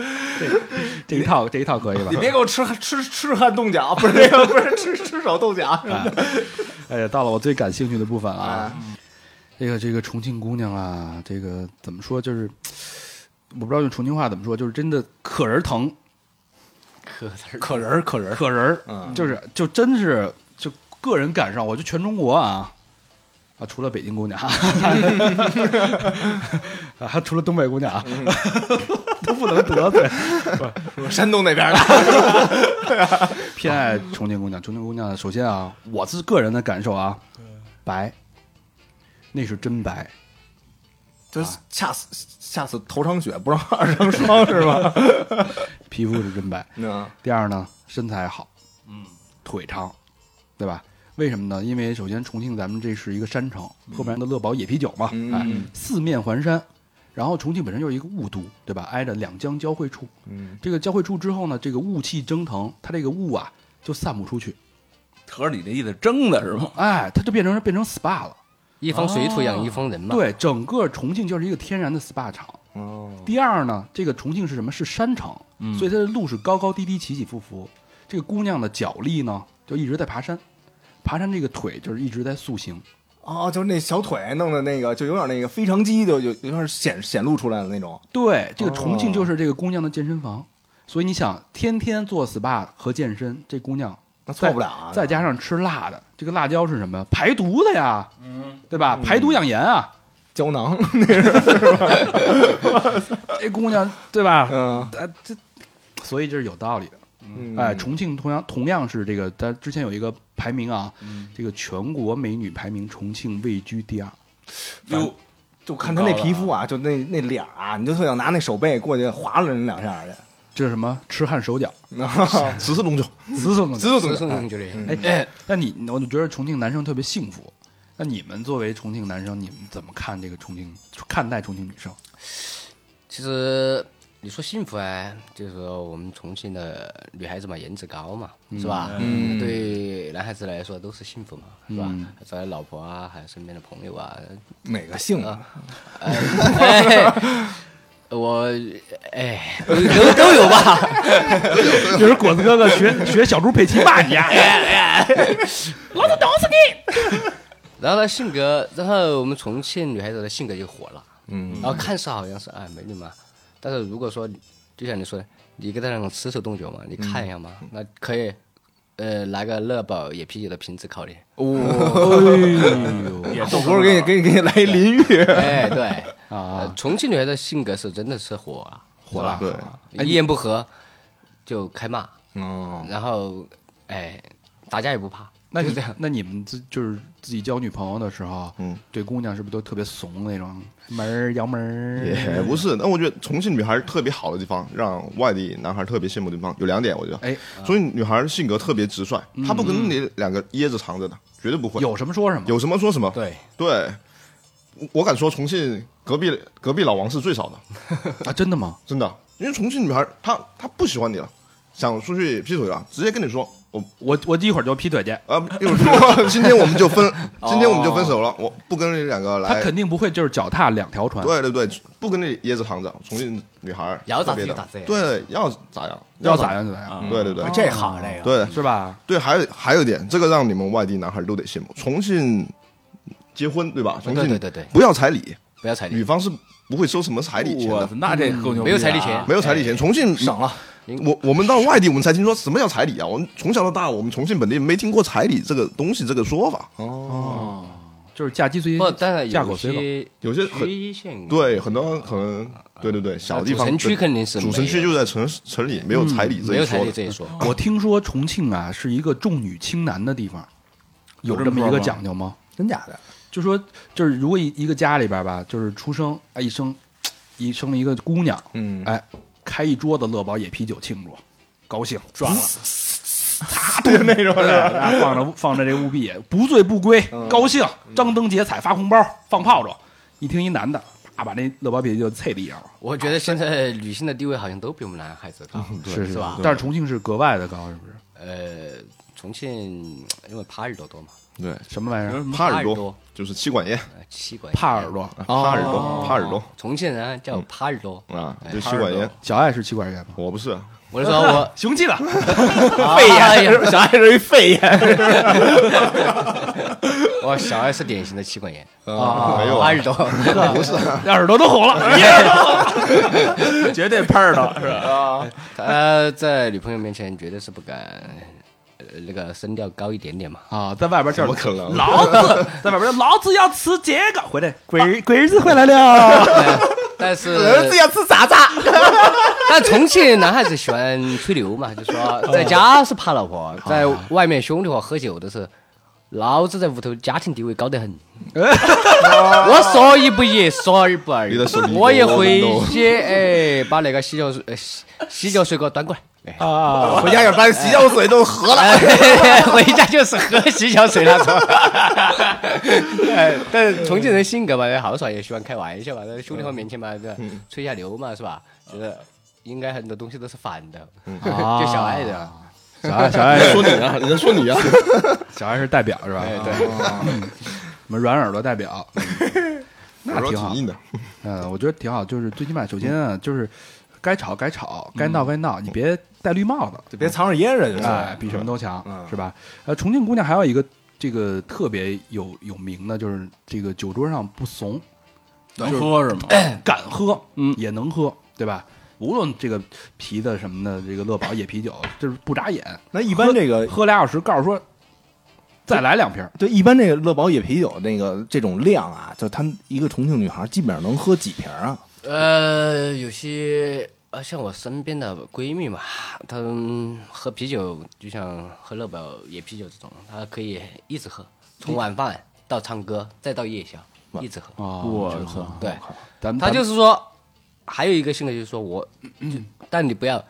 这这一套这一套可以吧
你？别给我吃吃吃汗冻脚，不是那个，不是吃吃手 冻脚。
哎，到了我最感兴趣的部分啊，这个这个重庆姑娘啊，这个怎么说？就是我不知道用重庆话怎么说，就是真的可人疼，
可人儿可人儿，
可人儿，就是就真是就个人感受，我就全中国啊啊， 除了北京姑娘，啊，除了东北姑娘啊， 都不能得罪。
山东那边的。
偏爱重庆姑娘。重庆姑娘，首先啊，我自个人的感受啊，白，那是真白。
就是下次下次头场雪不让二上霜是吧？
皮肤是真白。
嗯，
第二呢，身材好，嗯，腿长，对吧？为什么呢？因为首先重庆咱们这是一个山城，喝不然的乐宝野啤酒嘛，哎，四面环山。然后重庆本身就是一个雾都，对吧？挨着两江交汇处，嗯，这个交汇处之后呢，这个雾气蒸腾，它这个雾啊就散不出去，
合着你这意思蒸的是吗？
哎，它就变成变成 SPA 了。
一方水土养一方人嘛，，
对，整个重庆就是一个天然的 SPA 厂。哦。第二呢，这个重庆是什么？是山城，所以它的路是高高低低、起起伏伏。这个姑娘的脚力呢，就一直在爬山，爬山这个腿就是一直在塑形，
哦，就是那小腿弄的那个，就有点那个非常肌，就有有点显显露出来的那种。
对，这个重庆就是这个姑娘的健身房，所以你想，天天做 SPA 和健身，这姑娘
那错不了啊
再再加上吃辣的，这个辣椒是什么呀？排毒的呀，嗯，对吧？排毒养颜啊，
胶囊，
这姑娘对吧？
嗯
啊，这所以这是有道理的。
嗯
哎，重庆同样同样是这个，它之前有一个排名啊，这个全国美女排名，重庆位居第二。
哟，
就看他那皮肤啊，就那那脸儿啊，你就特想拿那手背过去划拉人两下去。
这是什么？痴汉手脚，
十四龙九，
死死死。
这是我觉
嗯
得，
哎，那你我就觉得重庆男生特别幸福。那你们作为重庆男生，你们怎么看这个重庆看待重庆女生？
其实你说幸福啊，就是说我们重庆的女孩子嘛，颜值高嘛，是吧？嗯，对男孩子来说都是幸福嘛，是吧？作为老婆啊，还有身边的朋友 啊，
哪个姓啊？
哎我哎都都都有吧。
就是果子哥哥学学小猪佩奇骂你呀，
然后呢，性格，然后我们重庆女孩子的性格就火了，嗯，然后看似好像是哎美女嘛，但是如果说就像你说的，你跟她那种吃手动脚嘛，你看一下嘛，那可以，呃，拿个乐宝野啤酒的瓶子烤你，
哎
我哦不是给你给你给你来一淋浴，
哎，对啊，重庆女孩的性格是真的是火了，火了，
对，
一言不合就开骂，然后哎打架也不怕，
那你那你们自就是自己交女朋友的时候，嗯，对姑娘是不是都特别怂那种，门儿摇门儿？
嗯也不是。但我觉得重庆女孩特别好的地方，让外地男孩特别羡慕的地方有两点，我觉得。
哎，嗯
所以女孩性格特别直率，她不跟你两个掖着藏着的，绝对不会。
有什么说什么。
有什么说什么。
对
对，我我敢说重庆隔壁隔壁老王是最少的，
啊，真的吗？
真的，因为重庆女孩她她不喜欢你了，想出去劈腿了，直接跟你说我
我我一会儿就劈腿去，
啊，一会儿 今天我们就分，
哦
今天我们就分手了，我不跟你两个
他
来。
肯定不会就是脚踏两条船，
对对对，不跟你掖着藏着，重庆女孩儿
啊要咋
特别
地
的
咋地啊
对，要咋样
要咋样就咋样，
对对
嗯
对，
这好这个。
对
是吧？
对，还有还有一点，这个让你们外地男孩都得羡慕。重庆结婚对吧？重庆
对对对对
不要彩礼，
不要彩
女
礼，
方是不会收什么彩礼钱
我
的
操，，那这够牛逼的啊，
嗯没有彩礼钱
没有彩礼钱。重庆
省了，
我我们到外地我们才听说什么叫彩礼啊！我们从小到大，我们重庆本地没听过彩礼这个东西这个说法。
就是嫁鸡随
不，但是
嫁狗
有
随狗。
些
有些很
区县
对，很多可能对对对，小地
嗯
方
主城区肯定是没
主
有嗯
城区就在城城里，没有彩礼
没
这
有
一
彩
说
礼
的。
这一说，
我听说重庆啊是一个重女轻男的地方，有
有
这
这么
么一
说
个
吗
讲究吗？
真假的？
就说就是如果一一个家里边吧，就是出生哎一生一生了一个姑娘，
嗯
哎开一桌子乐宝野啤酒庆祝，高兴爽了，
那种
对，然后放着放着这务必不醉不归，高兴张灯结彩发红包放炮仗，一听一男的。啪把那乐宝野啤酒啐地上了，
我觉得现在女性的地位好像都比我们男孩子高，
是
是吧？
但是重庆是格外的高，是不是？
呃，重庆因为耙耳朵多嘛，
对，
什么玩意儿？
耙耳
耙耳朵
朵就是妻管严，啊
呃吸管
帕耳，朵，
哦
耙耳朵，耙耳朵
重庆人叫耙耳朵。
啊，就妻管严。
小爱是妻管严吗？
我不是，啊
我就说 我啊哎
雄起了，
肺炎，
小爱是一肺炎，
我小爱是典型的妻管严，
没有
耙
啊
耳朵，
不是啊，
耳朵都红了，
绝对拍儿的是吧？
他在女朋友面前绝对是不敢。呃那个声调高一点点嘛，
啊，在外边叫
怎么可能
老子在外边叫老子要吃这个，回来啊鬼儿鬼儿子回来了，
但是
要吃渣渣。
但重庆男孩子喜欢吹牛嘛，就说
哦
在家是怕老婆，在外面兄弟伙喝酒的时候，老子在屋头家庭地位高得很。
哎
我说一不一，说二不二
你的手机，
我也会些哎，把那个洗脚水呃洗洗脚水给我端过来。哎
回家要把洗脚水都喝了。
回家就是喝洗脚水那 种，哎但是重庆人性格嘛，豪爽也喜欢开玩笑嘛，在兄弟伙面前嘛，对吧？吹一下牛嘛，是吧？觉得应该很多东西都是反的，就小爱的。
小爱小爱
说你啊，你在说你啊，
小爱是代表是吧？
哎
啊对，我们软耳朵代表，嗯那
我说
挺好
挺。硬的。
嗯，我觉得挺好，就是最起码首先啊，就是该吵该吵，该闹该闹，你别戴绿帽子。
就别藏着掖着就
哎
是。，
比什么都强
嗯，
是吧？呃，重庆姑娘还有一个这个特别有有名的，就是这个酒桌上不怂，
能喝是吗？
敢喝，嗯，也能喝，对吧？无论这个啤的什么的，这个乐宝、野啤酒，就是不眨眼。
那一般这个
喝俩小时，告诉说再来两瓶儿，
对，一般这个乐宝野啤酒那个这种量啊，就他们一个重庆女孩基本上能喝几瓶啊？
呃，有些呃，像我身边的闺蜜嘛，她们喝啤酒就像喝乐宝野啤酒这种，她可以一直喝，从晚饭到唱歌再到夜宵，一直喝。
我操！
对，
哦咱们
她就是是说，还有一个性格就是说我，就
嗯
但你不要，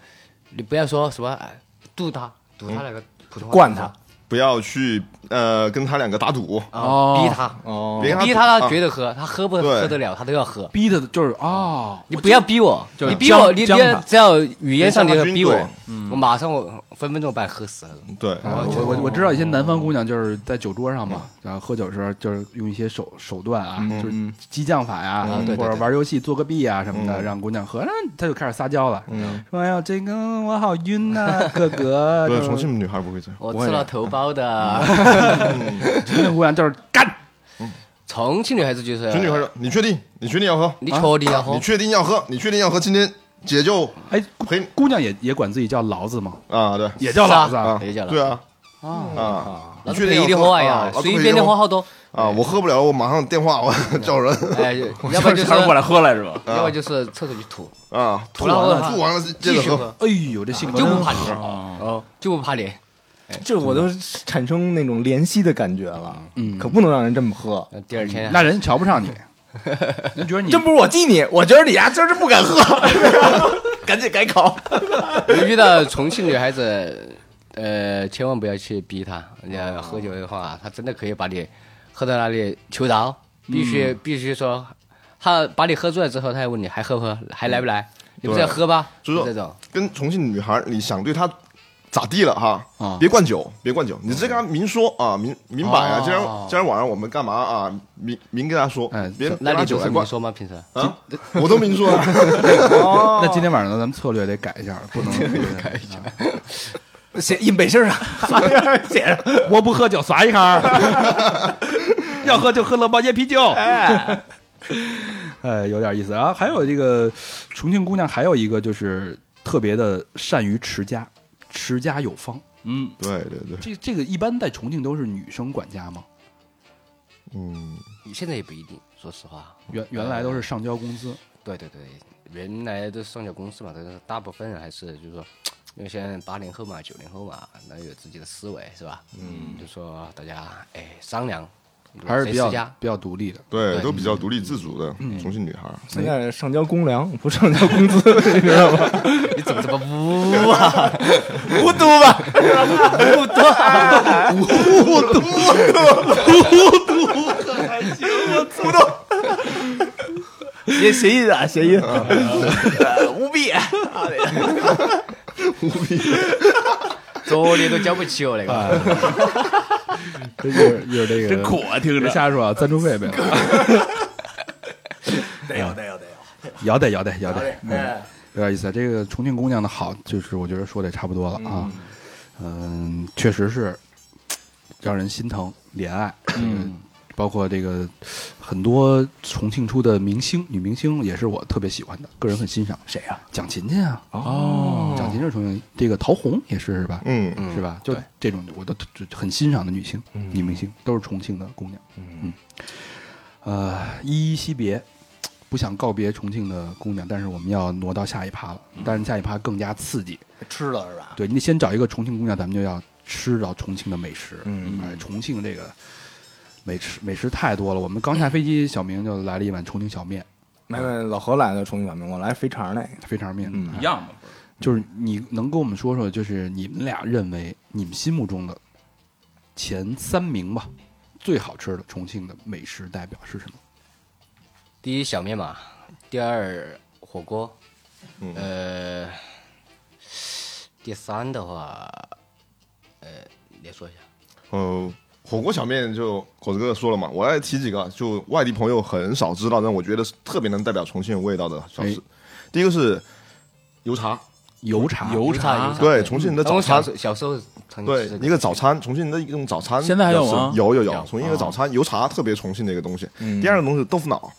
你不要说什么哎度她，堵她那个普通话，
惯她
不要去呃跟他两个打赌，
啊，逼她，
哦，
别跟
逼
他
她，
赌
她
啊
觉得喝，她喝不
对
喝得了，她都要喝。
逼的，就是啊，
你不要逼我，
是
你逼我，你
僵
你
僵他
只要语言上你
别
要
像他
逼我
军队，嗯
我马上我分分钟把你喝死了。
对，
啊
啊
我嗯我我知道一些南方姑娘就是在酒桌上嘛，然后喝酒的时候就是用一些手手段啊，就是激将法呀，
嗯对对
或者
对
玩游戏做个弊啊什么的，
嗯
让姑娘喝，然后她就开始撒娇了，说：“哎呀，这个我好晕 呐，哥哥。”就
不
是是
重庆女孩不会嗯这样，
我吃了头孢的。
重庆姑娘就是干，
重庆女孩子就是，
重庆女孩说：“你确定？你确定要喝？
你确定要
你
喝？
确定要喝？你确定要喝？今天姐就
哎，姑
陪你
姑娘也也管自己叫老子嘛，
啊，对
也叫老子啊，
啊，
陪酒了哦
对啊啊
老
你
子
确
陪
定
你的
要
喝
喝
哎呀，
啊
随便的喝好多。
啊！我喝不了，我马上电话我 叫人
哎，要不然就是，
他是过
要
来喝来是吧？
不然就是厕所去吐，
啊，
吐
吐
完
完
了
了，吐完了接
继续
着喝。
喝，
哎呦，这性格
就
真
嗯
不怕
好
你，哦，就不怕你。
这我都产生那种怜惜的感觉了，嗯，可不能让人这么喝。
那第二天啊
那人瞧不上你，人觉得你
真不是我激你，我觉得你呀今儿是不敢喝， 赶紧改口。
你遇到重庆女孩子，呃，千万不要去逼她。你要喝酒的话，她真的可以把你喝到那里求饶，必
嗯
须、必须说，她把你喝醉了之后，她还问你还喝不喝，还来不
嗯
来？你不是要喝吧？
所以
这
说
种，
跟重庆女孩，你想对她咋地了哈
啊？
别灌酒，别灌酒，你这跟她明说啊，明明摆啊。
哦
今儿今儿晚上我们干嘛啊？明明跟她说
哎，
别别
那
拿
你
酒
不
来
是
灌
没。说吗？平时
啊， 我都明说了。
那今天晚上咱们策略得改一下，不 能哦啊改一下。
写印背心上，写上。
我不喝酒，耍一 行。要喝就喝乐宝椰啤酒。
哎，
哎，有点意思啊。还有这个重庆姑娘，还有一个就是特别的善于持家，持家有方。
嗯，
对对对，
这这个一般在重庆都是女生管家嘛，
嗯，
现在也不一定，说实话。
原原来都是上交工资。
对对对，原来都是上交公司嘛，但是大部分人还是就是说，因为现在八零后嘛、九零后嘛，那有自己的思维是吧？嗯，就说大家哎商量，
还是比较
谁持 家
比较独立的，
哎
对，都比较独立自主的
嗯
重庆女孩。
现在上交公粮，不上交工资， 你知道吗？
你怎么这么污啊？
无毒吧？
不多，
谐谐音啊，谐音，呃无弊。
作业都交不起哦， 那个。
这就是就是这个真苦啊，听着瞎说啊，赞助费呗。
得有，得有， 得有。
摇带摇带摇带，嗯
哎，
有点意思啊。这个重庆姑娘的好，就是我觉得说的也差不多了啊。嗯，确实是让人心疼怜爱。嗯，包括这个很多重庆出的明星，女明星也是我特别喜欢的，个人很欣赏。
谁呀？
蒋勤勤啊，哦，蒋勤勤是重庆，这个陶虹也是是吧？
嗯，
是吧？就这种我都就很欣赏的女星、
嗯
女明星，都是重庆的姑娘。嗯，呃，依依惜别，不想告别重庆的姑娘，但是我们要挪到下一趴了。
嗯
但是下一趴更加刺激，
吃了是吧？
对你得先找一个重庆姑娘，咱们就要吃到重庆的美食。
嗯
哎，重庆这个美食美食太多了。我们刚下飞机，小明就来了一碗重庆小面，
没没，老何来的重庆小面，我来肥肠那个。
肥肠面。哎
嗯
一样嘛。
就是你能跟我们说说，就是你们俩认为你们心目中的前三名吧，最好吃的重庆的美食代表是什么？
第一小面嘛，第二火锅，呃，第三的话，呃，你说一下。
呃，火锅小面就果子哥说了嘛，我来提几个，就外地朋友很少
哎
知道，但我觉得是特别能代表重庆味道的小吃。第一个是油茶，
油茶，
油茶啊油茶
对重庆的
然后
早
我小
餐
时候小时候曾
对
吃这，
一个早餐，重庆的一种早餐，
现在还有
就是
吗
有有有
有，哦嗯
重庆一个早餐，油茶特别重庆的一个东西。第二个东西豆腐脑，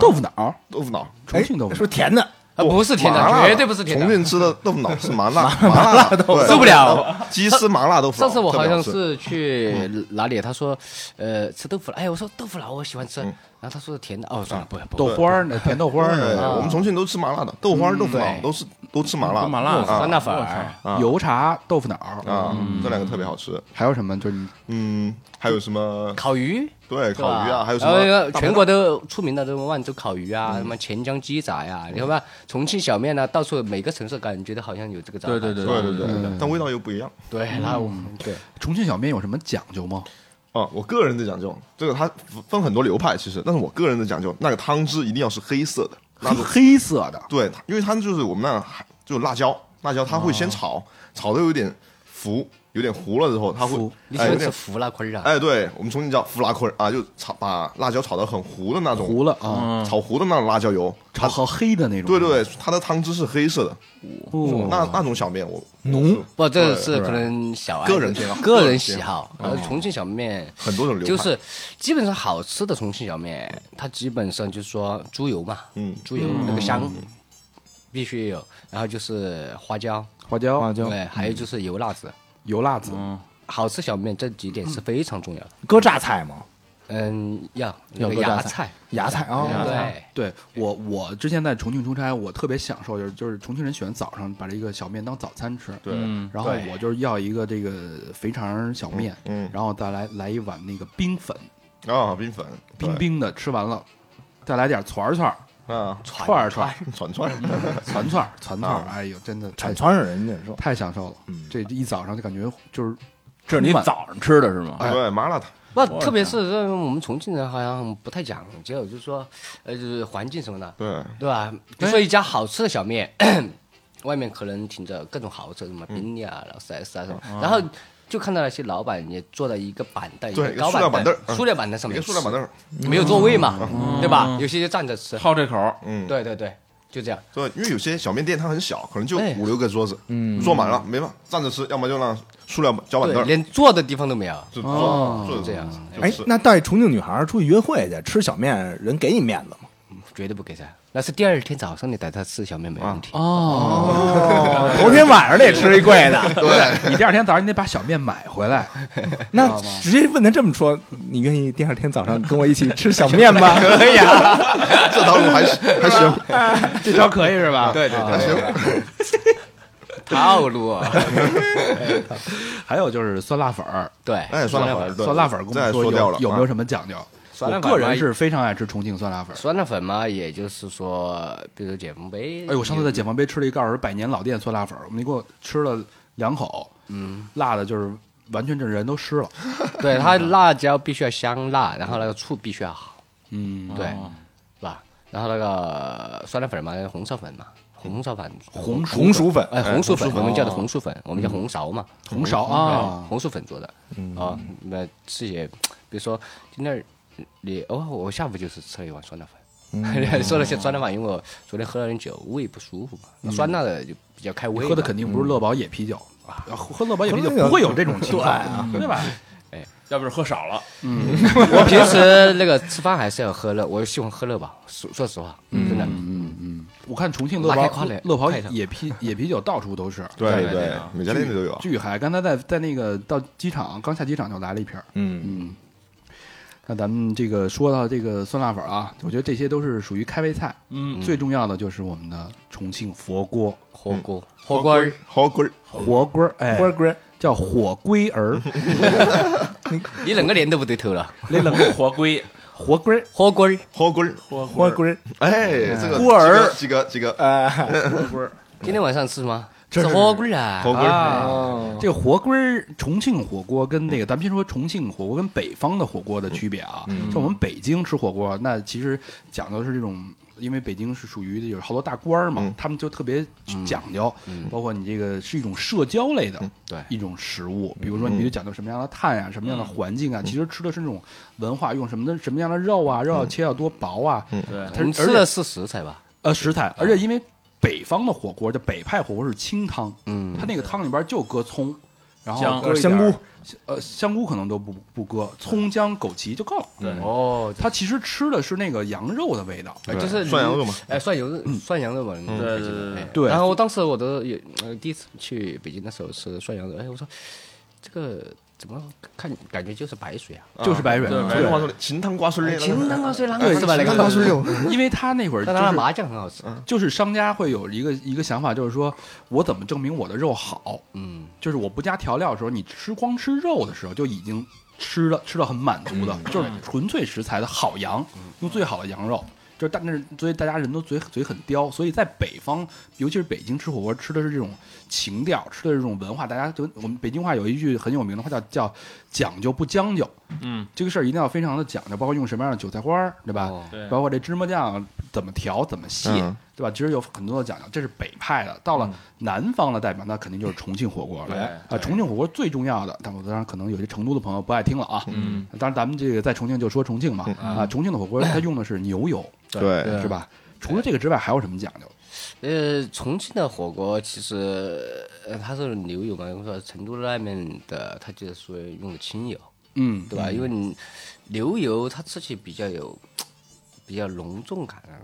豆腐脑，
豆腐脑
重庆豆腐
说甜的，
啊不是甜
麻
的，
辣
绝对不是甜
重
的。
庆吃的豆腐脑是 麻辣麻辣豆腐
受不了，
鸡丝麻辣豆腐脑。
上次我好像
特别好吃嗯
是去哪里，他说，呃，吃豆腐脑，哎，我说豆腐脑我喜欢
嗯
吃，然后他说甜的，哦，
啊
算了，不不，
豆花儿呢，甜豆花儿
对，
呢，
我们重庆都吃麻辣的，豆花儿、豆腐脑
嗯对
都是都吃麻辣的，
麻辣
酸
啊
辣粉儿，
油茶豆腐脑，
啊，
嗯
这两个特别好吃。
还有什么？就是你
嗯，还有什么？
烤鱼，
对，
对
烤
吧
鱼啊，还有什
然后一
么嗯
个
大排档？
全国都出名的，这种万州烤鱼啊，什么黔江鸡杂呀，
嗯
你看吧，重庆小面啊，到处每个城市感觉都好像有这个杂
对
菜。
对对
对对对，
嗯
但味道又不一样。
对，然后
嗯
对，
重庆小面有什么讲究吗？
啊，我个人的讲究，这个它分很多流派，其实，但是我个人的讲究，那个汤汁一定要是黑色的，那种
黑色的，
对，它因为它就是我们那海就是辣椒，辣椒它会
哦
先炒，炒的有点浮，有点糊了之后，它会
浮
你喜
哎有
欢吃
点
腐辣坤啊？
哎，对我们重庆叫胡拉坤啊，就炒把辣椒炒的很糊的那种，
糊了啊，
嗯
炒糊的那种辣椒油，
炒好黑的那种。
对对对，它的汤汁是黑色的，
哦
那那种小面我
浓
不，这
对
是可能小爱
哎个人偏好
个
个
人
人
喜
偏
好。呃，重庆小面
很多种流派
就是基本上好吃的重庆小面，它基本上就是说猪油嘛，
嗯
猪油那个香必须有，然后就是花椒，
花椒、花
嗯
嗯
椒
对，还有就是油辣子。
油辣子，
好吃小面这几点是非常重要的。
搁榨菜吗？
嗯，要
要
那个
搁榨
芽
菜
菜，
芽菜啊，
对，
对我，我之前在重庆出差，我特别享受，就是就是重庆人喜欢早上把这个小面当早餐吃，
对，
嗯
然后我就是要一个这个肥肠小面，
嗯嗯
然后再来来一碗那个冰粉，
啊，冰粉，
冰冰的，吃完了，再来点串儿串儿、
对啊，
串儿串儿、嗯
串串，
串串儿、串串儿，嗯哎呦，真的太
铲穿上人家说，
太享受了，这一早上就感觉就是
这是你早上吃的是
啊
吗？
啊对，麻辣烫，
不，特别是这种我们重庆人好像不太讲究，就是说，呃，就是环境什么的，
对，
对吧？比如说一家好吃的小面， 外面可能停着各种豪车，什
嗯
么宾利啊、劳斯莱斯啊什么，
哦
然后就看到那些老板也坐在一个板凳，一
对
个高
一个塑料
板
板凳嗯
塑料板凳上
一
面
个
吃，
塑料板凳嗯儿，
没有座位嘛，对吧？有些就站着吃，
好这口儿，
嗯，
对对对，就这样。
对，因为有些小面店它很小，可能就
哎
五六个桌子，嗯，坐满了没办法，站着吃，要么就让塑料脚板凳嗯
对，
儿，
连坐的地方都没有，
就坐坐着
这样子
就
哎
吃，
那带重庆女孩儿出去约会去吃小面，人给你面子吗？
绝对不给噻。那是第二天早上你带他吃小面没问题，
哦
头天晚上得吃一贵的，
对哦你第二天早上你得把小面买回来，
那直接问他这么说，你愿意第二天早上跟我一起吃小面吗？
可以啊，
这套路还行还行，
这招可以是吧？
对对
哦
对，套路， 啊
还有就是酸辣粉儿，
对，
哎，酸辣粉儿，对
酸辣粉儿跟我
再
们
说
有
掉了，
有没有
啊
什么讲究？
酸
我
辣粉儿
个人
嘛
是非常爱吃重庆酸辣粉儿。
酸辣粉嘛，也就是说，比如解放碑，
哎，我上次在解放碑吃了一个二十百年老店酸辣粉儿，你给我吃了两口，嗯，辣的就是完全这人都湿了。
对它辣椒必须要香辣，然后那个醋必须要好，
嗯，
对，是吧？然后那个酸辣粉嘛，红烧粉嘛，红烧粉，
红薯嗯
红薯粉，
哎，红薯粉，我们叫的红薯粉，我们叫红苕嘛，
红苕
对
啊嗯
红薯粉做的，啊，那吃也，比如说今天儿你哦，我下午就是吃了一碗酸辣
嗯
粉， 说了些酸辣粉，因为我昨天喝了点酒，胃不舒服嘛，那酸辣的就比较开胃嘛，
嗯喝的肯定不是乐宝野啤酒啊，喝乐宝野啤酒
喝那个
不会有这种情
啊
况，对吧？
要不是喝少了，
嗯
嗯
我平时那个吃饭还是要喝乐，我喜欢喝乐吧，说说实话，真的，
我看重庆乐
拉开
宝
夸嘞
乐宝
快一下
野啤野啤酒到处都是，
对
对
对，每家店里都有，
巨嗨！刚才在在那个到机场，刚下机场就来了一瓶儿。
嗯，
那咱们这个说到这个酸辣粉儿啊，我觉得这些都是属于开胃菜。嗯，最重要的就是我们的重庆佛锅，
火锅火锅儿
好棍儿，
火锅儿，哎，
乖乖，
叫火龟儿，
你两个脸都不对头了，
那冷个火龟，
火龟儿，
火锅儿
好棍儿，
乖乖，
哎，这个
锅儿
几个几个
哎，
今天晚上吃什么？吃火锅儿啊
好，棍儿，
啊，这个火龟儿，重庆火锅跟那个，咱们先说重庆火锅跟北方的火锅的区别啊。像我们北京吃火锅，那其实讲究是这种，因为北京是属于有好多大官儿嘛，他们就特别讲究，包括你这个是一种社交类的，
对
一种食物，比如说你必须讲究什么样的碳呀、什么样的环境啊，其实吃的是那种文化，用什么的什么样的肉啊，肉要切要多薄啊，
对
我们吃的是食材吧？
呃，食材，而且因为北方的火锅，就北派火锅是清汤，嗯，它那个汤里边就搁葱，然后
姜
搁一
香
点儿
菇，
呃，香菇可能都不不搁，葱姜枸杞就够了。对，
哦，
它其实吃的是那个羊肉的味道，
哎就是
涮羊肉嘛，
哎，涮羊肉，涮羊肉嘛，对哎
对对对对
对
然后我当时我都有呃第一次去北京的时候吃涮羊肉，哎，我说这个怎么看感觉就是白水啊？
就是白水，
对白
白
水
话说秦汤瓜碎
哎
裂，
清汤啊，水啷
对
个是吧？那
清汤瓜碎
个，
肉，
因为它那会儿就
但它的
是
麻酱很好吃。
就是商家会有一个一个想法，就是说我怎么证明我的肉好？嗯，就是我不加调料的时候，你吃光吃肉的时候就已经吃了吃到很满足的，就是纯粹食材的好羊，用最好的羊肉。就是但是所以大家人都嘴嘴很刁，所以在北方，尤其是北京吃火锅，吃的是这种情调，吃的是这种文化。大家就我们北京话有一句很有名的话叫叫讲究不将就，
嗯，
这个事儿一定要非常的讲究，包括用什么样的韭菜花儿，对吧？
哦
对
包括这芝麻酱怎么调、怎么卸，
嗯
对吧？其实有很多的讲究，这是北派的。到了南方的代表，那肯定就是重庆火锅了。
对
啊、重庆火锅最重要的，但我当然可能有些成都的朋友不爱听了啊。
嗯，
当然咱们这个在重庆就说重庆嘛，啊，重庆的火锅它用的是牛油，
对，
是吧？除了这个之外，还有什么讲究？
呃，重庆的火锅其实呃它是牛油嘛，我说成都那边的它就是说用的清油，
嗯，
对吧？因为你牛油它吃起比较有比较隆重感啊，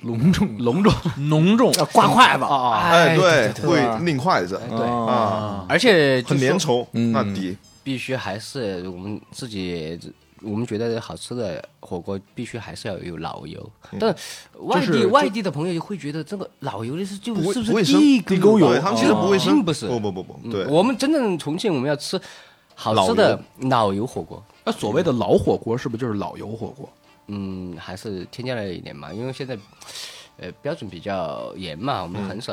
隆重
隆重
浓重
要挂筷子啊，
哎，对，
吧
会拧筷子
哎对，嗯
啊，
而且就
很
说
粘稠，那底
必须还是我们自己，我们觉得好吃的火锅必须还是要有老油。
嗯
但外地、
就是
外地的朋友会觉得这个老油的是就
不
是
不卫生，
地
地沟
油哦
对，他们其实不卫生，
并不是。嗯哦
不不不不，对，
我们真正重庆我们要吃好吃的老油火锅，
那所谓的
嗯
老火锅是不是就是老油火锅？
嗯，还是添加了一点嘛，因为现在呃标准比较严嘛，我们很少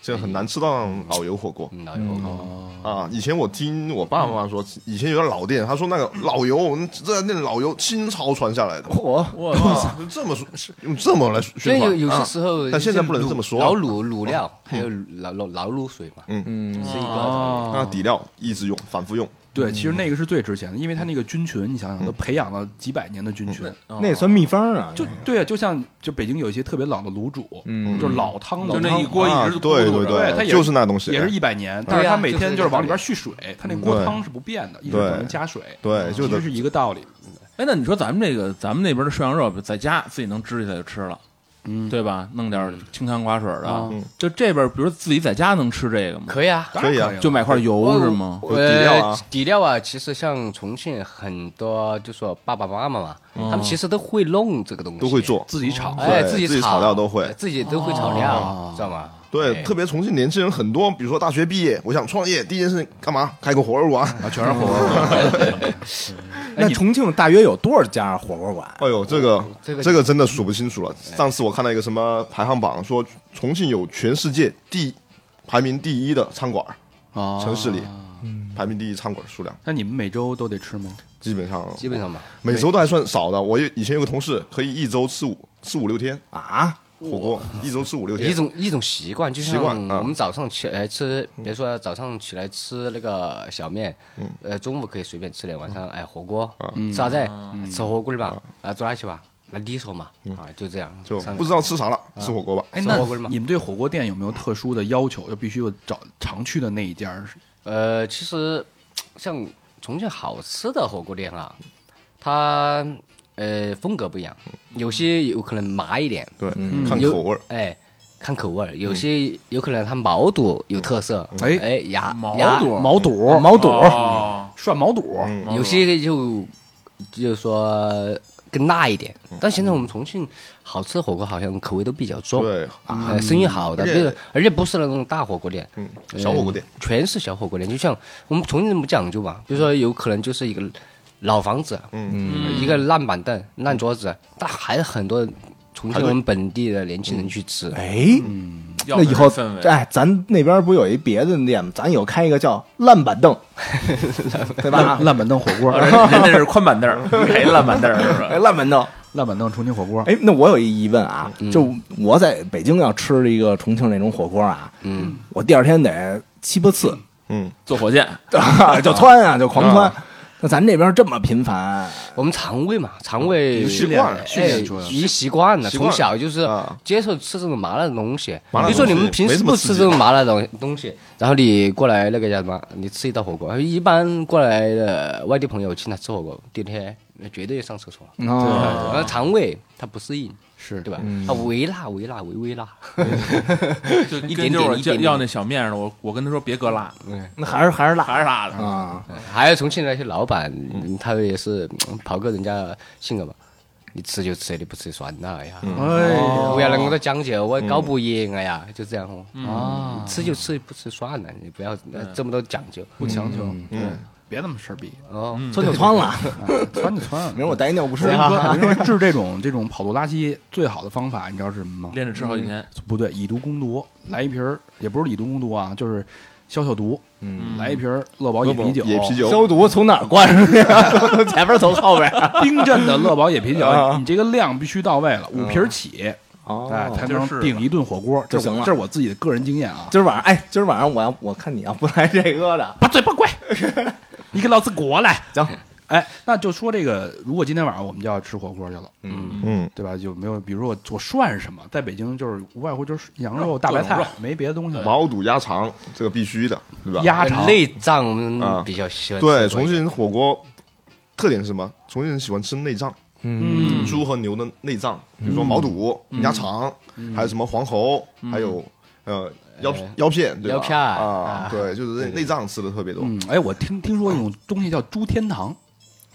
这很难吃到老油火锅
嗯老油火锅。
啊。以前我听我爸妈说，以前有个老店，他说那个老油，这那老油清朝传下来的，
嚯，
我
哇，就这么说，用这么来
所以有
宣传，
有些
啊
时候，
但现在不能这么说啊
老卤卤料还有老老老卤水嘛，
嗯
嗯，是一个
啊
那底料一直用，反复用，
嗯
对，其实那个是最值钱的，因为它那个菌群，你想想，都培养了几百年的菌群，
嗯
那也算秘方啊，
就对啊，就像就北京有一些特别老的卤煮，
嗯
就是老汤老
就
汤，
那一锅
啊
一直咕
对
噜着
对
对它也
就是那东西，
也是一百年，但是
对啊
它每天
就是
就是往里边蓄水，它那锅汤是不变的，一直
对
往里面加水，嗯
对就
其
得
实是一个道理。
哎，那你说咱们这个，咱们那边的涮羊肉，在家自己能支起来就吃了，
嗯
对吧？弄点清汤寡水的，
啊
嗯
就这边，比如自己在家能吃这个吗？
可以啊，
当
可
然
以啊
可以
就买块油是吗？
有底料啊
呃，底料啊，其实像重庆很多，就说爸爸妈妈嘛，他们其实都会弄这个东西，
嗯都会，做。
自己炒，
哎，
对
己
自己炒料都会哦
哎自己都会炒料，知道吗？
对，
哎
特别重庆年轻人很多，比如说大学毕业，我想创业，第一件事干嘛？开个火锅馆。
啊，全是火锅。
那重庆大约有多少家火锅馆？
哎呦，这个
哦这个哎
这个真的数不清楚了。上次我看到一个什么排行榜，说重庆有全世界第排名第一的餐馆，
啊
城市里
嗯
排名第一餐馆数量，
那你们每周都得吃吗？
基本上
基本上嘛，
每周都还算少的。我有以前有个同事可以一周吃五吃五六天
啊，
火锅，一周吃五六天
一。种一种习惯，就
习
像
惯啊嗯
我们早上起来吃，比如说早上起来吃那个小面，呃，中午可以随便吃点，晚上哎火锅，
啊
吃啥子？吃火锅的嘛，啊，做哪去吧？那你说嘛，啊，就这样，
嗯就
上
不知道吃啥了，
啊
吃火锅吧。
哎，
吃
那
火锅吗
你们对火锅店有没有特殊的要求？就必须有找常去的那一家儿？
呃，其实像重庆好吃的火锅店啊，它呃风格不一样，
嗯
有些有可能麻一点，
对，看口味儿。
哎，看口味儿；
嗯
有些有可能它毛肚有特色，
哎
哎牙
毛
牙
肚
毛肚，
毛肚
哦，
涮毛肚，
有
哦
些就就是说更辣一点。
嗯
但现在我们重庆好吃的火锅好像口味都比较重，
对，
啊，生意好的，
而且
这个而且不是那种大火锅店，
嗯
呃
小火锅店
全是小火锅店，就像我们重庆人不讲究嘛，比如说有可能就是一个老房子，嗯，一个烂板凳、烂桌子，但还有很多重庆我们本地的年轻人去吃，
哎，
要
那以后
不然氛围，
哎，咱那边不有一别的店吗？咱有开一个叫烂板 凳，对吧
烂？烂板凳火锅，
人家是宽板凳儿， 没烂板凳儿是吧？
哎，烂板凳。
烂板凳重庆火锅。
哎，那我有一疑问啊，就我在北京要吃一个重庆那种火锅啊，嗯，我第二天得七八次，
嗯，
坐火箭，
就窜啊，就狂窜。那咱这边这么频繁，
我们肠胃嘛，肠胃
哦习惯了
哎
训练出来了
已经习惯了，
习
从
惯了
小就是
啊
接受吃这种麻辣的东西。
麻辣
比如说
东
你
西
们平
没
时
什么
不
刺
吃
激
这种麻辣的东东西，然后你过来那个叫什么，你吃一道火锅，一般过来的外地朋友请他吃火锅，第二天绝对上厕所，
哦，
嗯
然后肠胃它不适应。
是
对吧？它微辣，微辣，微微辣，
就
一
跟
点点
就是我
一点点
要那小面似的，我我跟他说别搁辣，
嗯
那还是还是辣
还是辣的。
啊，
还有重庆的那些老板，嗯他也是嗯刨个人家性格嘛，你吃就吃，你不吃就算了，哎呀，
嗯
哎呀
不要那么多讲究，我搞不赢哎呀，就这样哦。
嗯
啊，
吃就吃，不吃算了，你不要呃这么多讲究。嗯
不强求，
嗯
对，别那么事儿逼，
哦，
窜就窜 了。
啊
哎
窜就窜
明儿我带一尿不湿
我跟你说，
啊
我，跟你说，治这种这种跑肚拉稀最好的方法，你知道是什么吗？嗯
连着吃好几天，
不对，以毒攻毒，来一瓶儿，也不是以毒攻毒啊，就是消消毒。嗯，来一瓶儿乐宝野啤酒，
野啤酒，
消毒从哪儿灌 上去啊？前面从后边。
冰镇的乐宝野啤酒，你这个量必须到位了，五瓶儿起，
哦
哎，才能
就是
顶一顿火锅
就
这是我
行了
这是我自己的个人经验啊。
今儿晚上，哎，今儿晚上我要我看你要不来这个的，
把嘴巴关，你给老子过来！
行，
哎，那就说这个，如果今天晚上我们就要吃火锅去了，
嗯，
嗯，
对吧？就没有，比如说我我涮什么，在北京就是无外乎就是哦羊肉、大白
各
菜
种，
没别的东西了。
毛肚、鸭肠，这个必须的，对吧？
鸭肠、
内脏我们
嗯啊
比较喜欢吃。
对，重庆人火锅特点是什么？重庆人喜欢吃内脏，嗯，猪和牛的内脏，比如说毛肚、鸭肠，还有什么黄喉，还有呃腰腰片，对吧？
腰片儿
啊，对，就是内内脏吃的特别多。
嗯，哎，我听听说一种东西叫猪天堂，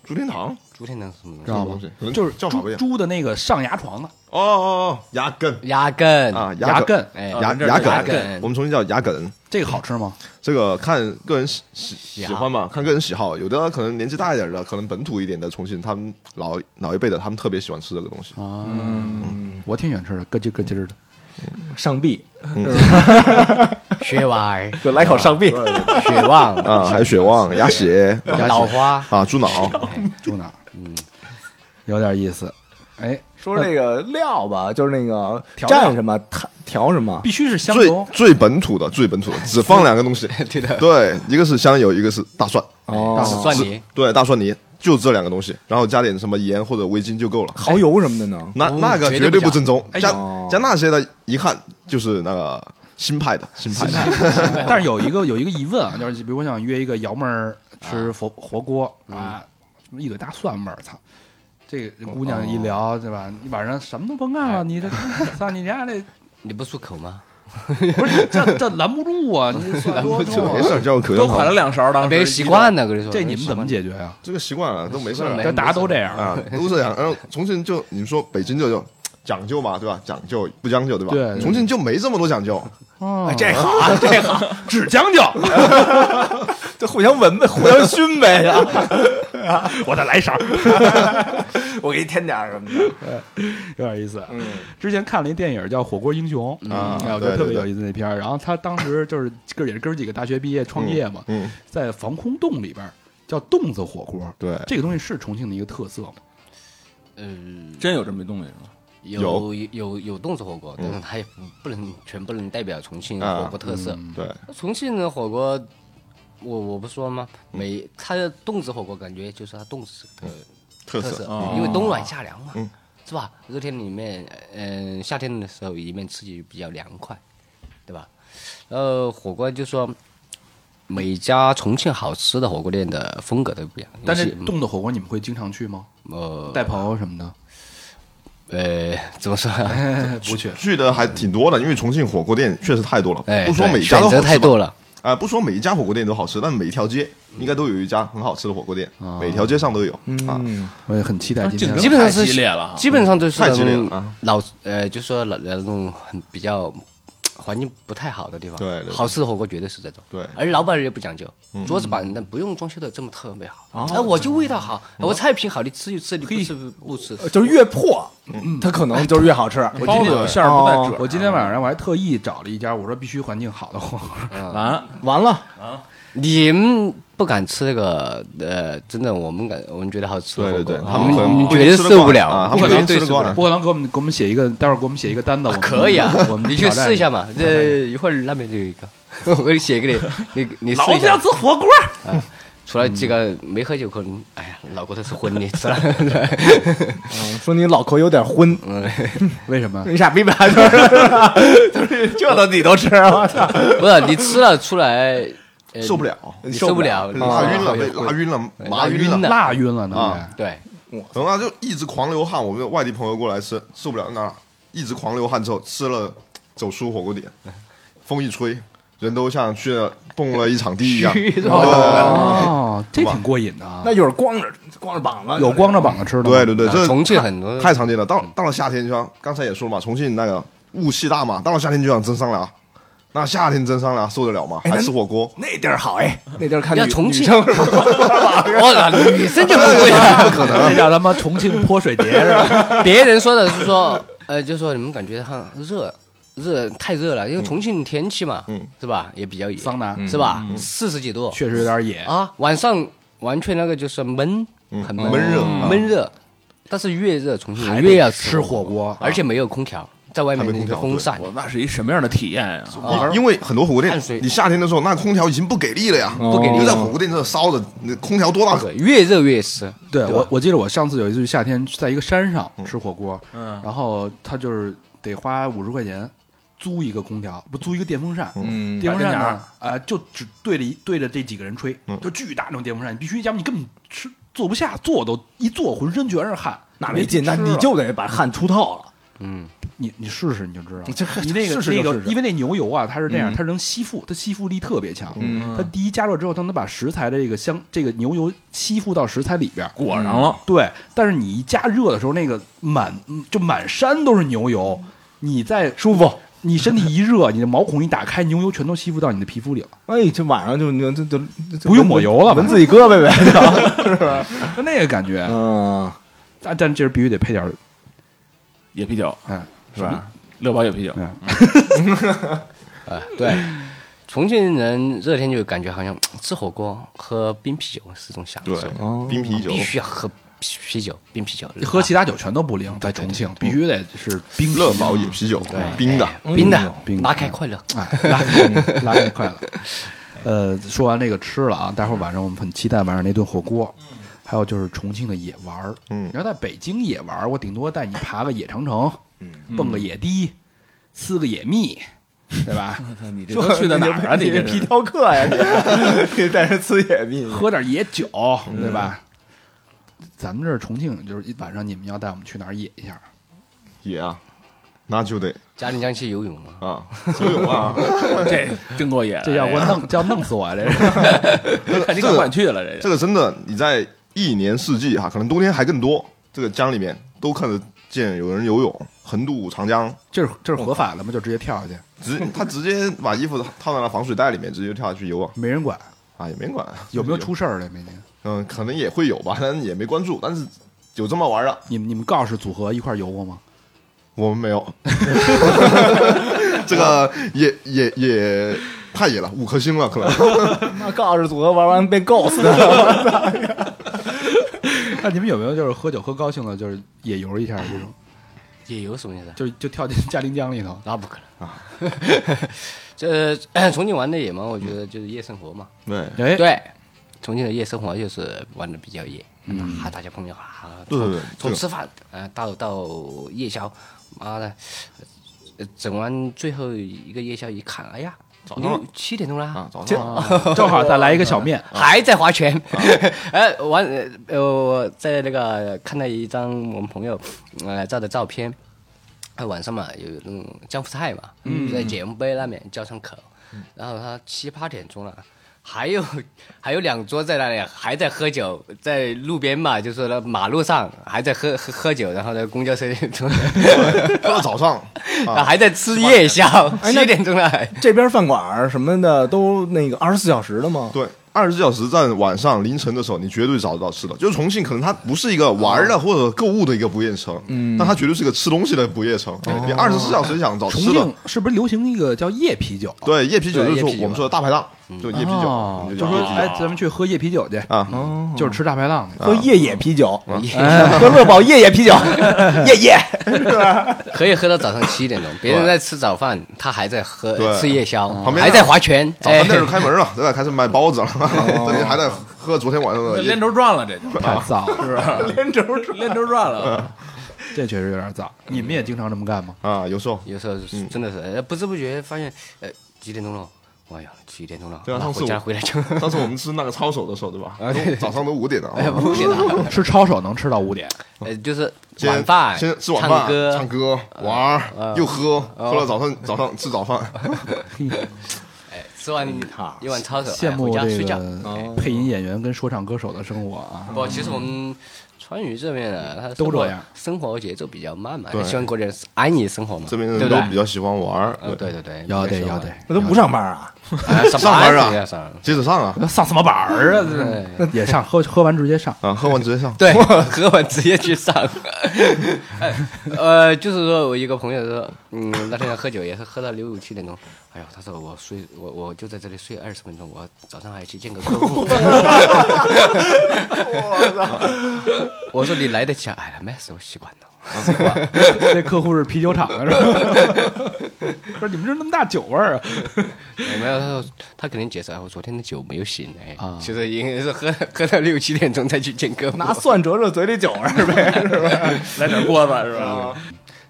猪天堂
猪天堂是什么
知
东
道吗
这个东西可？能
就是
叫法不一
猪
样
猪的那个上牙床啊，
哦哦哦，牙根
西？鸭梗
啊，
牙
根，
根，
哎，
牙
这
牙
是牙
根
梗， 我们重庆叫牙梗。
这个好吃吗？
这个看个人喜喜喜欢吧，看个人喜好。有的可能年纪大一点的，可能本土一点的重庆，他们老老一辈的，他们特别喜欢吃这个东西。
啊，我挺喜欢吃的，咯吱咯吱的。
上臂
血丸、
就来口上臂，
血旺、
啊，还有血旺、鸭血
脑花，
啊、猪脑，
猪脑，嗯，有点意思。哎，
说这个料吧，就是那个
调料
蘸什么它调什么，
必须是香
最
浓，
最本土的，最本土的，只放两个东西。对的，对，一个是香油，一个是大蒜。
大
哦，
蒜泥，
对，大蒜泥就这两个东西，然后加点什么盐或者味精就够了。
蚝油什么的呢？
那
哦
那个
绝
绝
对
对
不
不正宗，加
呦
加那些的，一看就是那个新派的，新派的。
但是有一个有一个疑问啊，就是比如我想约一个瑶妹儿吃火火锅啊，什么一嘴大蒜味儿，操！这个姑娘一聊，对吧？你晚上什么都甭干了，你这操你家这
你不漱口吗？
不是你这这拦不住啊！ 你蒜多重啊
没 事，叫我可
都
就
快
好
了。两勺，当时
别习惯了，跟你说。
这你们怎么解决呀？
这个习惯啊了，都没事
习惯了
了
这大家都这样
啊，都这样。然后重庆就你说北京就就讲究嘛，对吧？讲究不将就，对吧？
对对
重庆就没这嗯么多讲 究，
啊
哎这好 啊，这好，
只将就，
就互相闻呗，互相熏呗，
我再来一勺，
我给你添点儿什么的。
有点意思。啊之前看了一电影叫《火锅英雄》
啊
哎我觉得
对对
特别
对
有意思那片儿。然后他当时就是哥也是哥几个大学毕业创业嘛，
嗯，
在防空洞里边儿叫洞子火锅，
对
这个东西是重庆的一个特色吗？
嗯，
真有这么一东西是吧？
有有有动作火锅，但是它也不不能全不能代表重庆
嗯啊
火锅特色。
对，
重庆的火锅，我我不说吗？
嗯
每它的冻子火锅感觉就是它冻子的
特
特
色
色，
哦
因为冬暖夏凉嘛，
嗯
是吧？热天里面，嗯、夏天的时候里面吃起比较凉快，对吧？呃，火锅就说每家重庆好吃的火锅店的风格都不一样，
但
有
是
些
冻子火锅你们会经常去吗？
呃
带朋友什么的？
呃怎么说啊？
哎
不去。
去的还挺多的，因为重庆火锅店确实太多了，
哎，
不说
对
每一家
选
都好
择
吃
太
吧
多了，
啊、不说每一家火锅店都好吃，但每一条街应该都有一家很好吃的火锅店，
哦
每条街上都有、
嗯
啊。
我也很期待今天
竞争
基本上
太
是
激烈了哈，
基本上都是
太
那
激烈了
种
啊
老呃，就说老那种很比较嗯环境不太好的地方，
对对对
好吃的火锅绝对是这种，
对嗯
而老板也不讲究，桌子板凳不用装修的这么特别好，
哦
哎，我就味道好，我菜品好，你吃就吃，你不吃不吃，
呃
就是越破，嗯它可能就是越好吃。哦
包子有馅儿不带褶
哦我今天晚上我还特意找了一家，我说必须环境好的火锅。
儿，完
完了，
你们不敢吃那个呃，真的我们敢，我们觉得好吃的火
对对
锅，
对，他
我
们
们
可
我
能
们绝对受不
啊
了，，
他
不
们
可
绝
能
对吃得惯了。
不可能给我们给我们写一个，待会儿给我们写一个单子，我们
可以啊，
我 们
你去
挑战
试一下。嘛， 这一会儿那边就有一个，我给你写给你，你你试
老
一
子要
下啊
吃。火锅，
除了这个没喝酒，可能哎呀，脑壳头是 昏的，是吧？
嗯说你脑壳有点昏，
为什么？
你傻逼吧？就是就是这都你都吃，我操！
不是你吃了出来，呃
受不了，
你受不了，
拉
哎
晕了，被拉晕了，麻晕
晕
了
了。
辣晕了呢？
啊
嗯对，
然后他啊就一直狂流汗，我们外地朋友过来吃，受不了那一直狂流汗之后吃了走出火锅底，风一吹，人都像去了蹦了一场地一样。
哦，这挺过瘾的啊
那！一会儿光着光着膀子，
有光着膀子吃的吗，
对对对，这
重庆很多
太常见了。到到了夏天就像刚才也说了嘛，重庆那个雾气大嘛，到了夏天就想蒸桑拿，那夏天蒸桑拿受得了吗？还吃火锅？
那地儿好哎，那地儿看
要
女
重庆
女生是吧
我操，女生 就不会。
可能这叫他妈重庆泼水节是吧？
别人说的是说，呃，就说你们感觉哈热，热太热了，因为重庆天气嘛，嗯，是吧？也比较野，
桑拿
是吧？四十几度
确实有 点野，
啊，晚上完全那个就是闷，很闷
闷热
闷热。但是越热，重庆
嗯还
人
得
越要
吃火锅
而且没有空调，在外面
还没
那个
空调
风扇，
我那是一什么样的体验呀？
因因为很多火锅店
汗水，
你夏天的时候那空调已经不给力了呀，
不给力
就在火锅店这烧着，那空调多大
对，越热越湿。
对我，我记得我上次有一次夏天在一个山上吃火锅，
嗯
然后他就是得花五十块钱租一个空调，不租一个电风扇，
嗯
电风扇
白天点儿
呢啊、就只对着一对着这几个人吹，
嗯
就巨大那种电风扇，你必须要不你根本吃坐不下，坐都一坐浑身全是汗，
那没劲，那
吃了
你就得把汗出透了。
你你试试你就知道，
这个
你那个
试试就
那个
试，试嗯
因为那牛油啊，它是那样，它能吸附，它吸附力特别强。它第一加热之后，它能把食材的这个香，这个牛油吸附到食材里边儿。嗯
裹上了，
对，但是你一加热的时候，那个满就满山都是牛油，你在舒服，你身体一热，你的毛孔一打开，牛油全都吸附到你的皮肤里了。
哎，这晚上就就就就就
不用抹油了吧
闻自己胳膊呗。
就那个感觉，
嗯，
但但这必须得配点儿，
野啤酒
嗯，
是吧？六包野啤酒，
嗯
啊，对，重庆人热天就感觉好像吃火锅、喝冰啤酒是一种享
对
受，，
冰啤酒
必。须要喝啤啤酒、冰啤酒，
哦喝其他酒全都不灵。在重庆必须得是冰
乐宝野啤酒，冰的，
冰的
冰的
拉开快乐。
哎， 拉开拉开快了。 呃，说完这个吃了啊，待会儿晚上我们很期待晚上那顿火锅，还有就是重庆的野玩儿。
嗯
你要在北京野玩儿，我顶多带你爬个野长城，
嗯
蹦个野堤，撕个野蜜，对吧？
你这都去的哪儿 啊？你
这
这
皮
是
条客呀？你 带着刺 野蜜，
喝点野酒，对吧？嗯咱们这儿重庆就是晚上你们要带我们去哪儿野一下？
野啊，那就得
嘉陵江去游泳嘛，
啊，游泳啊，
这真过野了，
这要
哎
给我
呀
弄，这要弄死我啊！这是
这肯定管管去了，这
这
就
个真的，你在一年四季哈、可能冬天还更多，这个江里面都看得见有人游泳，横渡长江，
这是这是合法的吗？就直接跳下去，
直 他直接把衣服套在了防水袋里面，直接跳下去游啊，
没人管，
啊也没人管
有没有？出事儿的？每年
嗯，可能也会有吧，但是也没关注，但是有这么玩的，
你们你们告示组合一块儿游过吗？
我们没有。 这个也也也太野了，五颗星了，可能
那告诉组合玩完被 ghost 了。
那你们有没有就是喝酒喝高兴了，就是野游一下这种，
也有什么意思啊？
就就跳进 嘉陵江里头？
那不可能啊！这 重庆玩的野嘛，我觉得就是夜生活嘛。
对。
哎，
对，重庆的夜生活就是玩的比较野，啊，大家朋友啊，
嗯对对对
从从
这个
吃饭啊到到夜宵，妈的，呃整完最后一个夜宵一看，哎呀，早
上了
七点钟了
啊，早上啊
正好再来一个小面，
还在划拳， 哎，玩呃，我在那个看到一张我们朋友呃照的照片，他晚上嘛有那种江湖菜嘛，在解放碑那边交上口，然后他七八点钟了。还有还有两桌在那里还在喝酒，在路边嘛，就是那马路上还在喝喝喝酒，然后那公交车
喝到早上，啊
还在吃夜宵，七点钟了，
这边饭馆儿什么的都那个二十四小时的吗？
对，二十四小时在晚上凌晨的时候，你绝对找得到吃的。就是重庆，可能它不是一个玩儿
哦
的或者购物的一个不夜城，嗯，但它绝对是一个吃东西的不夜城。
哦
你二十四小时想找
重
吃的
庆，是不是流行一个叫夜啤酒？
对，夜啤酒
对
就是说
夜啤酒嗯
我们说的大排档，就夜啤酒
哦，
你
就
叫
说
夜啤酒
哎，咱们去喝夜啤酒去，
啊，
哦
就是吃大排浪去。
喝夜野啤酒， 喝乐宝夜野 啤酒， 夜夜是吧？
可以喝到早上七点钟，别人在吃早饭，他还在喝
对嗯
吃夜宵，
旁边
还在划拳，
早餐店
哎
就开门了，咱俩开始卖包子了，
哦
咱这还在喝昨天晚上的
连轴转了，这就
太早了，是 吧？
连轴连轴转了，
这确实有点早。你们也经常这么干吗？
啊，有时候
有时候是真的是呃不知不觉发现，呃，几点钟了？哎呀，几点钟了？
对啊
那
上次
回家
我
回来就，
当时我们吃那个抄手的时候，对吧？都早上都五点了，
哎
啊
哎呀，五点了，
吃抄手能吃到五点，
呃，就是
先
晚饭，
先吃晚
唱
饭，啊
歌，呃
唱歌玩儿，又喝，喝了早上早上吃早饭，
吃完
嗯
一碗抄手，
羡
哎
慕
回家
这
睡觉。哎
个嗯配音演员跟说唱歌手的生活啊。
不，其实我们川渝这边啊呢，他
都
生活
这样，
生活节奏比较慢嘛
对，
希望过点安逸生活嘛，
这边
对
人
不
都
对
比较喜欢玩儿，
呃对对对，
要得
比较
要
喜
得
欢，
那都不上班啊？
哎上
上班啊
肯定要上
接着上啊
那上什么班儿啊？这也上，喝喝完直接 上。
啊，喝完直接上，
对，喝完直接去上。 哎呃，就是说我一个朋友说，嗯，那天喝酒也是喝到六七点钟，哎呀，他说我睡，我我就在这里睡二十分钟，我早上还去见个客 户。我我说你来得及啊，哎呀，没事，我习惯了。
这客户是啤酒厂的，是 吧？不是你们这那么大酒味儿啊？
哎没有，他说他肯定解释，哎我昨天的酒没有醒，哎，其实应该是喝喝到六七点钟才去见客户。
拿蒜折折嘴里酒是呗，是吧？
来点锅巴是吧？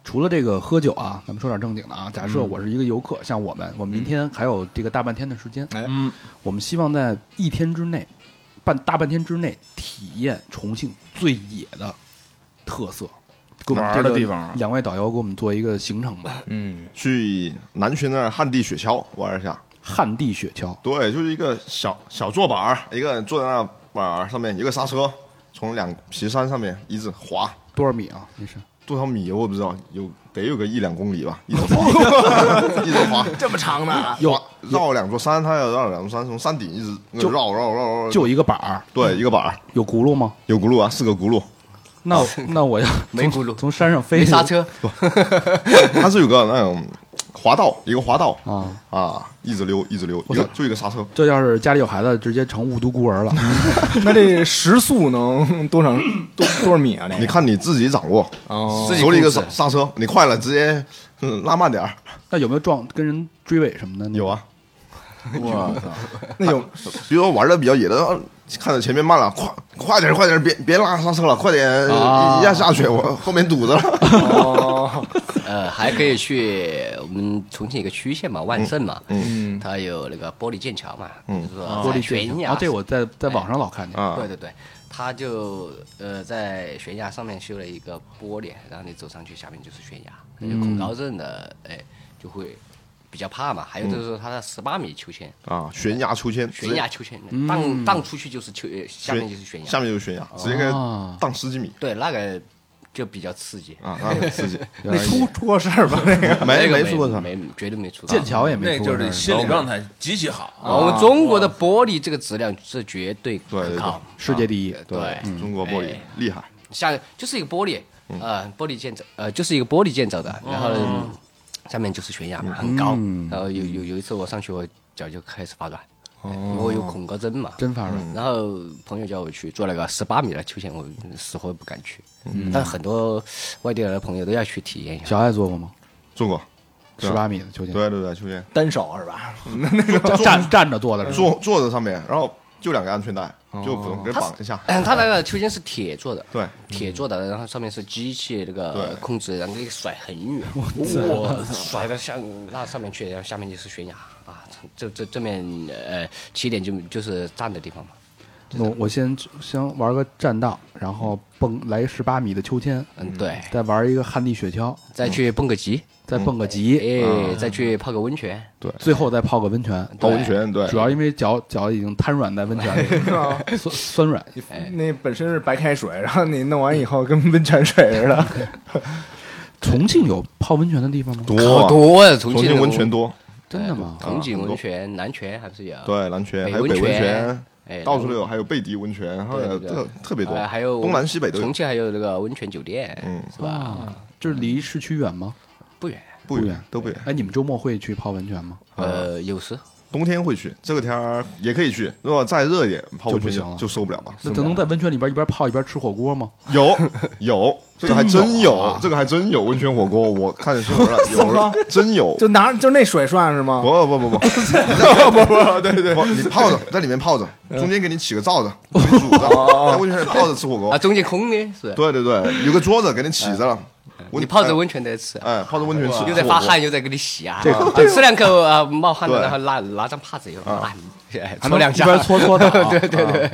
除了这个喝酒啊，咱们说点正经的啊。假设我是一个游客，像我们，我们明天还有这个大半天的时间，
哎
嗯，
我们希望在一天之内，半大半天之内体验重庆最野的特色。给我们
玩
这
儿的
个
地方啊
两位导游给我们做一个行程吧。
嗯，
去南浔那儿旱地雪橇玩一下，
旱地雪橇，
对，就是一个小小坐板儿，一个人坐在那板儿上面，一个刹车，从两皮山上面一直滑
多少米啊？那是
多少米我也不知道，有得有个一两公里吧，一直滑，一直滑，
这么长呢？
有
滑绕两座山，它要绕两座山，从山顶一直那个
就
绕绕绕绕，
就一个板儿，
对一个板儿，
有轱辘吗？
有轱辘啊，四个轱辘，
那我 那我要
没
从
轱辘
从山上飞
没
下
刹
去
车，
它是有个那种滑道，一个滑道
啊！
啊，一直溜一直溜，一
操
个就一个刹车，
这要是家里有孩子，直接成雾都孤儿了。
那这时速能多长多多少米啊？那
你看你自己掌握，
哦，
自己
手里一个
控
刹
制
刹车，你快了直接嗯拉慢点儿，
那有没有撞跟人追尾什么的？
有， 啊。
我操！
那有
比如说玩的比较野的，呃看着前面慢了，快快点快点，别别拉刹车了，快点、
啊
一下下去，我后面堵着 了。
哦，
呃，还可以去我们重庆一个区县嘛，万盛嘛，嗯，它有那个玻璃剑桥嘛，嗯，就是说
玻
在
璃
悬
雪
崖，
啊，这我在在网上老看见。
啊
对对对，它就呃在悬崖上面修了一个玻璃，然后你走上去，下面就是悬崖，有恐高症的哎就会比较怕嘛，还有就是说它的十八米秋千，
啊，悬崖秋千，
悬崖秋千荡荡出去就是秋，呃下
直接，
面就是悬
下
崖，
面就是悬崖，直接给
啊
荡十几米
对那个就比较刺激，
啊，那很刺激。
那出出过事儿吧？那个
那
没
个
出过事儿，
没绝对没出过
剑桥也没
那
出
就
过
是
事
心理状态极其好，
啊，我们中国的玻璃这个质量是绝对
对
可
对
靠，
世界第一。
对，
中国玻璃厉害，
像就是一个玻璃，呃，玻璃建造，呃，就是一个玻璃建造的，然后嗯下面就是悬崖嘛，很高，然后有有有一次我上去，我脚就开始发软，哎因为我有恐高症嘛，嗯
真发软。
然后朋友叫我去做那个十八米的秋千，我死活不敢去，但很多外地来的朋友都要去体验一下，
小爱做过吗？
中国，对
十
啊
八米的秋千，
对对对，秋千，
单手是吧？
站站着做的是吧，
坐坐在上面，然后就两个安全带，就普通给绑一下。
嗯，它那个秋千是铁做的，
啊对，
铁做的，然后上面是机器那个
对
控制，然后给你甩很 远，我甩到像那上面去，然后下面就是悬崖啊，这这这面呃起点就就是站的地方嘛，
那我我先先玩个栈道，然后蹦来十八米的秋千，
嗯对，
再玩一个旱地雪橇，
再去蹦个极，
再
嗯
蹦个极，
嗯
哎，再去泡个温泉，
最后再泡个温泉。
泡温泉，对，
主要因为脚脚已经瘫软在温 泉里了，酸酸软。
那本身是白开水，然后你弄完以后跟温泉水似的。
重庆有泡温泉的地方吗？
好
多
多啊，重
重庆
庆
温泉，多，
真的吗？
同济
啊很多
温泉、南泉还是有，
对，南泉
北
还有北
温
温
泉
泉
哎，
到处都有，还有贝迪温泉，还有
对对对
特特别多
呃，还有
东南西北都有
重，庆还有那个温泉酒店，
嗯
是吧？
啊，就是离市区远吗？
不远，
不
不
远
远
都不远。嗯
哎，你们周末会去泡温泉吗？
呃，有时
冬天会去，这个天儿也可以去。如果再热一点，泡
就
温
不
泉
行了
就受不了了。
那能在温泉里边一边泡一边吃火锅吗？
有有，这个还真
有
有，这个还真有温泉火锅，我看见新闻了，有人真有。
就拿就那水涮是吗？
不不 不不不不 不，对对，你泡着在里面泡着，
嗯
中间给你起个罩 子，给你煮着，在温泉里泡着吃火
哦啊，
锅。
中间空的是，
哦对对对，有个桌子给你起着了，
嗯你泡着温泉在吃，
哎，泡着温泉
啊
吃，
又在
吃
发
火锅
汗，又在给你洗啊，啊吃两口啊冒汗了，
对
然后拿拿张帕子又啊，哎
还
搓
能
两下
一，边搓搓倒，对
对对对，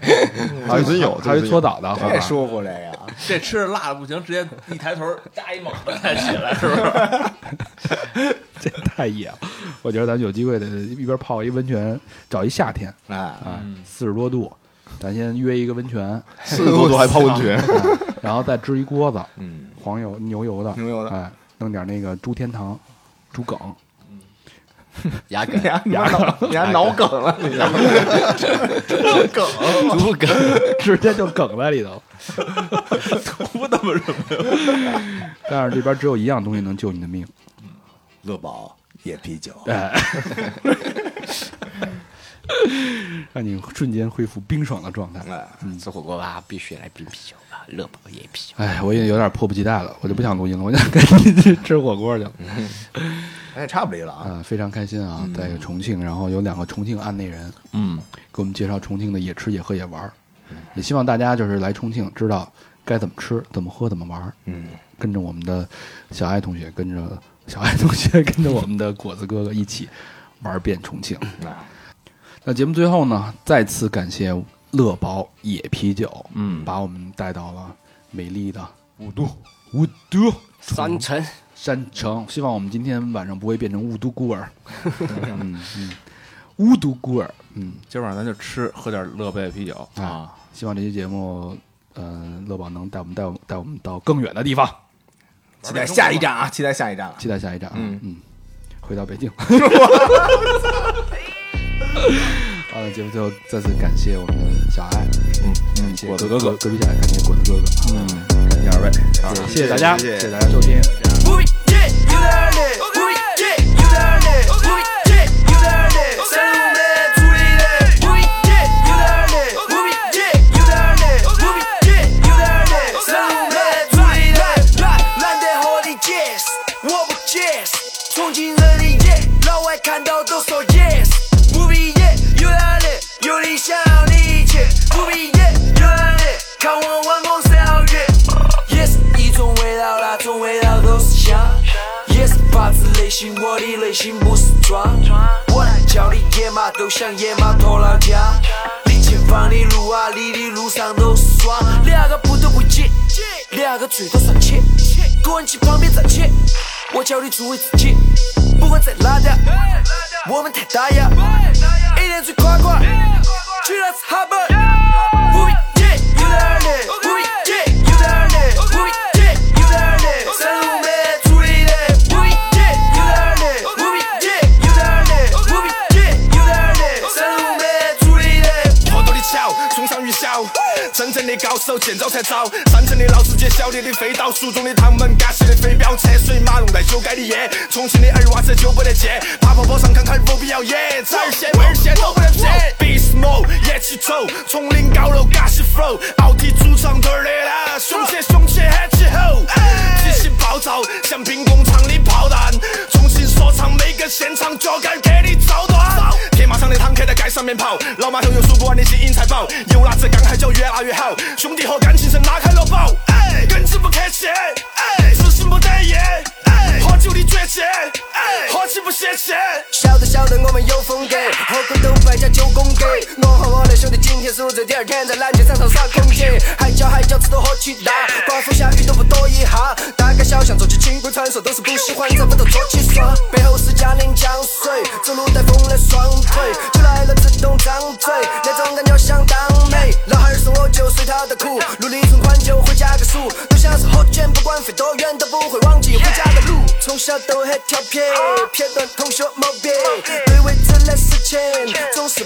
还真有，
还
真
是
有
搓倒的，啊
太舒服这个，
这吃着辣的不行，直接一抬头扎一猛子起来，是不是？
这太野了。我觉得咱们有机会得一边泡一温泉，找一夏天
哎，
啊，四十多度，咱先约一个温泉，啊
四十多度还泡温 泉，
然后再支一锅子，嗯，黄油、牛油的，
牛油的
哎，弄点那个猪天堂、猪梗，
牙根
你、还你还脑你还脑梗了，你
猪梗，
直接就梗在里头。
不那么热。
但是这边只有一样东西能救你的命，
乐宝野啤酒，
哎， 让你瞬间恢复冰爽的状态。
哎，
吃火锅吧，必须来冰啤酒啊，热宝也啤酒。
哎，我也有点迫不及待了，我就不想录音了，我想赶紧去吃火锅去了。
哎，差不离了啊，
啊，非常开心啊，在重庆，然后有两个重庆案内人，
嗯，
给我们介绍重庆的也吃也喝也玩儿，也希望大家就是来重庆知道该怎么吃、怎么喝、怎么玩儿。嗯，跟着我们的小爱同学，跟着小爱同学，跟着我们的果子哥哥一起玩遍重庆。
嗯
那节目最后呢，再次感谢乐宝野啤酒，嗯，把我们带到了美丽的
五度，
雾都
三层，
山城。希望我们今天晚上不会变成雾都孤 儿。嗯嗯，雾都孤儿，嗯。
今晚咱就吃，喝点乐贝啤酒
啊
啊！，
希望这期节目，呃，乐宝能带我们带我们带我们到更远的地方，
期待下一站啊，期待下一站啊，
期待下一站啊，嗯回到北 京。好了，节目最后再次感谢我们的小爱，嗯，感谢
果子哥哥
隔壁小爱，感谢果子哥哥，嗯，感谢二位，谢谢大家，
谢谢
谢谢大家收听。
Move it, yeah, you learn it. Move it, yeah, you learn it. Move it, yeah, you learn it. Salute, Tulile. Move it, yeah, you learn it. Move it, yeah, you learn it. Move it, yeah, you learn it. Salute, Tulile. Like, like the holy yes, 我不 yes，从今日里 yeah，老外看到都说 yes。Move it, yeah, you learn it. 有理想，你一切。Move it, yeah, you learn it. 看我弯弓绕月。Yes，一种味道，那种味道都是香。Yes，发自内心，我的内心不是装。我来教你野马，都像野马拖拉机。你前方的路啊，你的路上都是霜。两个步都不紧，两个嘴都上去，滚去旁边站起。我教你做为自己，不管再拉掉，啊我们太打烊。一脸最夸夸，去了是哈本。Move it, yeah, you learn it. Move it, yeah, you learn it. Move it, yeah, you learn it. 山路没处理的。Move it, yeah, you learn it. Move it, yeah, you learn it. Move it, yeah, you learn it. 山路没处理的。
好多的巧，崇尚于笑，真正的高手见招拆招，山城的老司机，小弟的飞刀，蜀中的唐门，嘎西的飞镖，车水马龙在酒街的夜，重庆的二娃子就不得见，爬坡坡上看看不必要野，这儿线味儿线都不得骗，Beast Mode 夜起走，丛林高楼嘎西 flow，奥体主场队儿的啦，雄起雄起喊起吼，激情暴躁像兵工厂的炮弹，重庆说唱每个现场脚杆给你照断，铁马上的坦克在街上面跑，老马头有数不完的金银财宝，有辣子刚还就越辣越好，兄弟伙感情深拉开了宝，哎，耿直不客气，哎，自信不得意，哎，喝酒的绝技，哎，喝起不泄气。
晓得晓得我们有风格，后跟头摆下九宫格。我和我的兄弟今天是我这第二天在篮球场上耍空气，海椒海椒吃多喝起大，刮风下雨都不躲一下。大街小巷走起轻轨传说，都是不喜欢找不到戳起耍。背后是嘉陵江水，走路带风的双腿，就来了自动张嘴，那种感觉相当美。男孩送我就随他的苦，努力存款就回家个数，都像是火箭，不管飞多远都不会忘记回家的路。从小都很调皮，片段同学毛病，对未知的事情总是